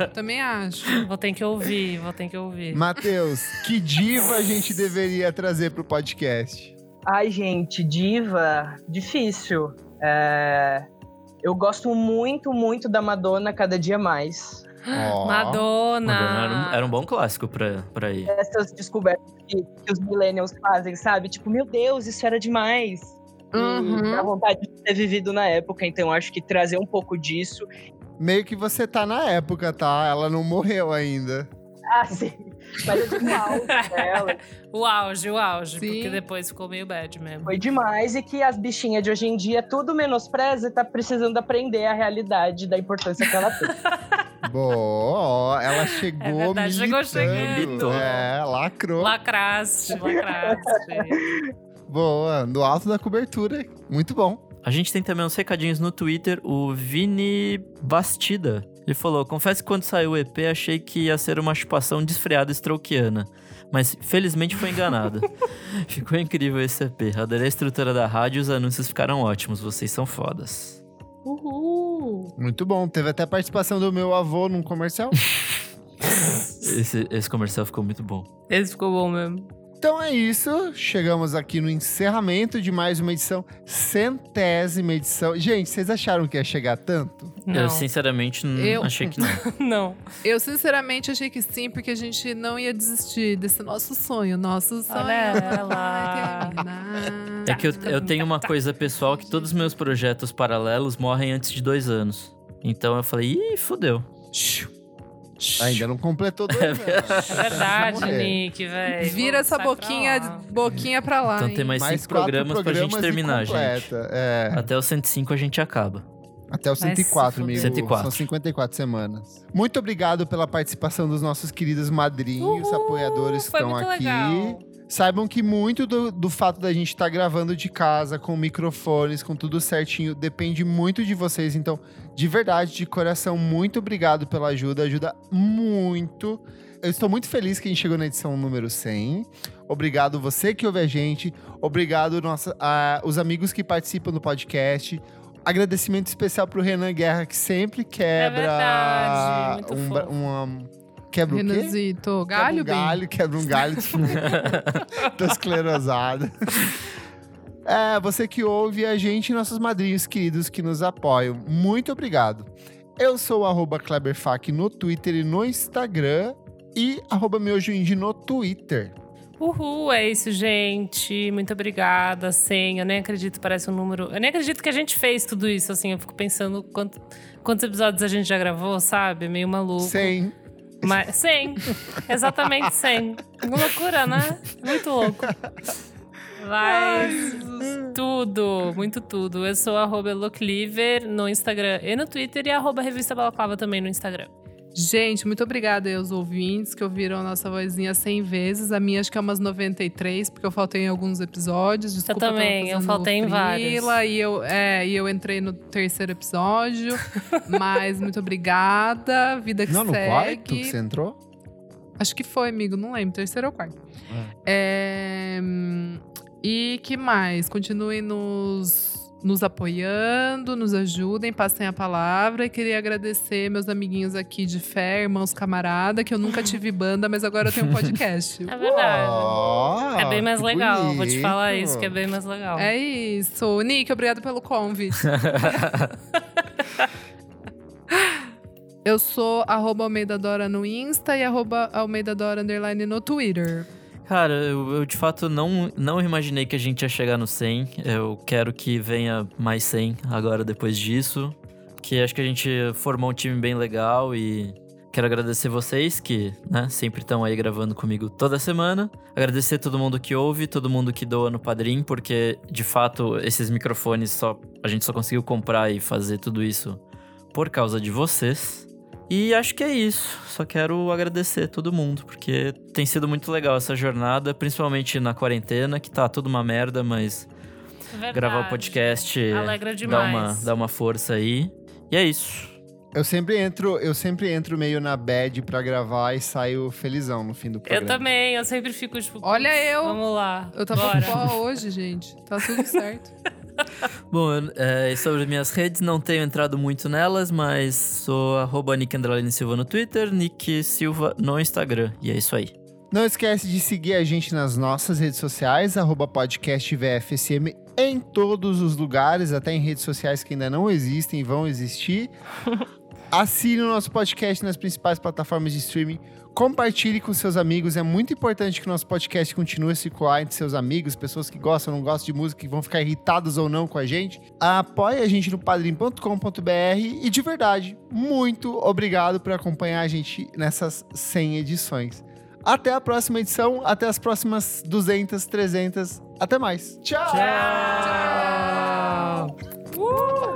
Speaker 3: É, também acho.
Speaker 2: Vou ter que ouvir, vou ter que ouvir.
Speaker 1: Matheus, que diva a gente deveria trazer pro podcast?
Speaker 6: Ai, gente, diva, difícil. É, Eu gosto muito, muito da Madonna cada dia mais.
Speaker 1: Ó.
Speaker 2: Madonna.
Speaker 4: Madonna Era, um, era um bom clássico pra, pra ir.
Speaker 6: Essas descobertas que, que os millennials fazem, sabe? Tipo, meu Deus, isso era demais.
Speaker 3: Uhum.
Speaker 6: E dá vontade de ter vivido na época, então acho que trazer um pouco disso.
Speaker 1: Meio que você tá na época, tá? Ela não morreu ainda.
Speaker 6: Ah, sim. Mas eu digo alto
Speaker 4: um
Speaker 6: dela.
Speaker 2: O auge, o auge.
Speaker 3: Sim.
Speaker 2: Porque depois ficou meio bad mesmo.
Speaker 6: Foi demais. E que as bichinhas de hoje em dia, tudo menospreza e tá precisando aprender a realidade da importância que ela tem.
Speaker 1: Boa, ó, ela chegou
Speaker 2: É verdade, chegou chegando.
Speaker 1: militando. É, lacrou.
Speaker 2: Lacraste, lacraste.
Speaker 1: Boa, no alto da cobertura. Muito bom.
Speaker 4: A gente tem também uns recadinhos no Twitter. O Vini Bastida. Ele falou: Confesso que quando saiu o EP, achei que ia ser uma chupação desfreada strokeana. Mas felizmente foi enganado. Ficou incrível esse EP. Adorei a estrutura da rádio, os anúncios ficaram ótimos. Vocês são fodas.
Speaker 2: Uhul.
Speaker 1: Muito bom. Teve até a participação do meu avô num comercial.
Speaker 4: Esse, esse comercial ficou muito bom.
Speaker 2: Esse ficou bom mesmo.
Speaker 1: então é isso. Chegamos aqui no encerramento de mais uma edição. Centésima edição. Gente, vocês acharam que ia chegar tanto?
Speaker 2: Não,
Speaker 4: Eu, sinceramente, não
Speaker 3: Eu-
Speaker 4: achei que não.
Speaker 2: não.
Speaker 3: Eu, sinceramente, achei que sim, porque a gente não ia desistir desse nosso sonho. Nosso sonho.
Speaker 2: Olha
Speaker 3: não
Speaker 2: ela.
Speaker 3: vai terminar.
Speaker 4: É que eu, eu tenho uma coisa pessoal que todos os meus projetos paralelos morrem antes de dois anos. Então eu falei, ih, fudeu.
Speaker 1: Ainda não completou dois anos.
Speaker 2: É verdade,
Speaker 1: Vai morrer.
Speaker 2: Nick, velho.
Speaker 3: Vira essa boquinha, boquinha pra lá.
Speaker 4: Então tem
Speaker 3: hein?
Speaker 4: mais, cinco
Speaker 1: quatro
Speaker 4: programas, pra gente
Speaker 1: programas e
Speaker 4: terminar, gente.
Speaker 1: completa, É,
Speaker 4: Até o 105 a gente acaba.
Speaker 1: até o
Speaker 2: Vai se
Speaker 1: 104, amigo.
Speaker 2: fuder.
Speaker 4: 104.
Speaker 1: São 54 semanas. Muito obrigado pela participação dos nossos queridos madrinhos, apoiadores que
Speaker 2: Foi
Speaker 1: estão
Speaker 2: muito
Speaker 1: aqui.
Speaker 2: legal.
Speaker 1: Saibam que muito do, do fato da gente estar gravando de casa, com microfones, com tudo certinho, depende muito de vocês. Então, de verdade, de coração, muito obrigado pela ajuda. Ajuda muito. Eu estou muito feliz que a gente chegou na edição número 100. Obrigado você que ouve a gente. Obrigado nossa, a- os amigos que participam do podcast. Agradecimento especial pro Renan Guerra, que sempre quebra.
Speaker 2: É verdade, muito
Speaker 1: um,
Speaker 2: fofo.
Speaker 1: bra- uma- Quebra o quê?
Speaker 3: Renanzito, galho,
Speaker 1: quebra um
Speaker 3: bem.
Speaker 1: galho, quebra um galho. Tô esclerosado. É, você que ouve a gente e nossos madrinhos queridos que nos apoiam. Muito obrigado. Eu sou o arroba KleberFac no Twitter e no Instagram. E arroba meujoindy no Twitter.
Speaker 2: Uhul, é isso, gente. Muito obrigada. Senha, eu nem acredito, parece um número. Eu nem acredito que a gente fez tudo isso, assim. Eu fico pensando quanto- quantos episódios a gente já gravou, sabe? Meio maluco.
Speaker 1: Sem.
Speaker 2: Mas, 100. Exatamente 100. Loucura, né? Muito louco. Vai, tudo, muito tudo. Eu sou arroba Elocliver no Instagram e no Twitter e arroba Revista Balaclava também no Instagram.
Speaker 3: Gente, muito obrigada aí aos ouvintes que ouviram a nossa vozinha 100 vezes. A minha acho que é umas 93, porque eu faltei em alguns episódios. Desculpa, tava
Speaker 2: também, eu
Speaker 3: fazendo
Speaker 2: faltei em
Speaker 3: fila,
Speaker 2: vários.
Speaker 3: E eu, é, e eu entrei no terceiro episódio. mas muito obrigada. Vida que
Speaker 1: Não, no
Speaker 3: segue.
Speaker 1: quarto que você entrou?
Speaker 3: Acho que foi, amigo, não lembro. Terceiro ou quarto. É, hum, e que mais? Continuem nos. Nos apoiando, nos ajudem, passem a palavra. E queria agradecer meus amiguinhos aqui de fé, irmãos camarada, que eu nunca tive banda, mas agora eu tenho um podcast.
Speaker 2: É verdade.
Speaker 1: Ó,
Speaker 2: é bem mais
Speaker 1: que
Speaker 2: legal, vou te
Speaker 1: bonito.
Speaker 2: falar isso, que é bem mais legal.
Speaker 3: É isso. Nick, obrigado pelo convite. Eu sou arroba Almeida Dora no Insta e arroba Almeida Dora underline no Twitter.
Speaker 4: Cara, eu, eu de fato não, não imaginei que a gente ia chegar no 100. Eu quero que venha mais 100 agora depois disso. Que acho que a gente formou um time bem legal e quero agradecer vocês que né, sempre estão aí gravando comigo toda semana. Agradecer todo mundo que ouve, todo mundo que doa no Padrim, porque de fato esses microfones só a gente só conseguiu comprar e fazer tudo isso por causa de vocês. E acho que é isso. Só quero agradecer todo mundo, porque tem sido muito legal essa jornada, principalmente na quarentena, que tá tudo uma merda, mas
Speaker 2: É Verdade.
Speaker 4: gravar o podcast
Speaker 2: Alegra
Speaker 4: dá uma,
Speaker 2: demais.
Speaker 4: dá uma força aí. E é isso.
Speaker 1: Eu sempre entro, eu sempre entro meio na bad pra gravar e saio felizão no fim do programa.
Speaker 2: Eu também, eu sempre fico tipo.
Speaker 3: Olha
Speaker 2: "Putz,
Speaker 3: eu.
Speaker 2: Vamos lá.
Speaker 3: Eu tava
Speaker 2: bora.
Speaker 3: com pó hoje, gente. Tá tudo certo.
Speaker 4: Bom, eu- é, e sobre minhas redes, não tenho entrado muito nelas, mas sou arroba Nick Andralini Silva no Twitter, Nick Silva no Instagram. E é isso aí.
Speaker 1: Não esquece de seguir a gente nas nossas redes sociais, arroba podcast VFSM em todos os lugares, até em redes sociais que ainda não existem e vão existir. Assine o nosso podcast nas principais plataformas de streaming. Compartilhe com seus amigos. É muito importante que o nosso podcast continue a circular entre seus amigos, pessoas que gostam ou não gostam de música, que vão ficar irritados ou não com a gente. Apoie a gente no padrim.com.br e, de verdade, muito obrigado por acompanhar a gente nessas 100 edições. Até a próxima edição, até as próximas 200, 300. Até mais. Tchau!
Speaker 2: Tchau.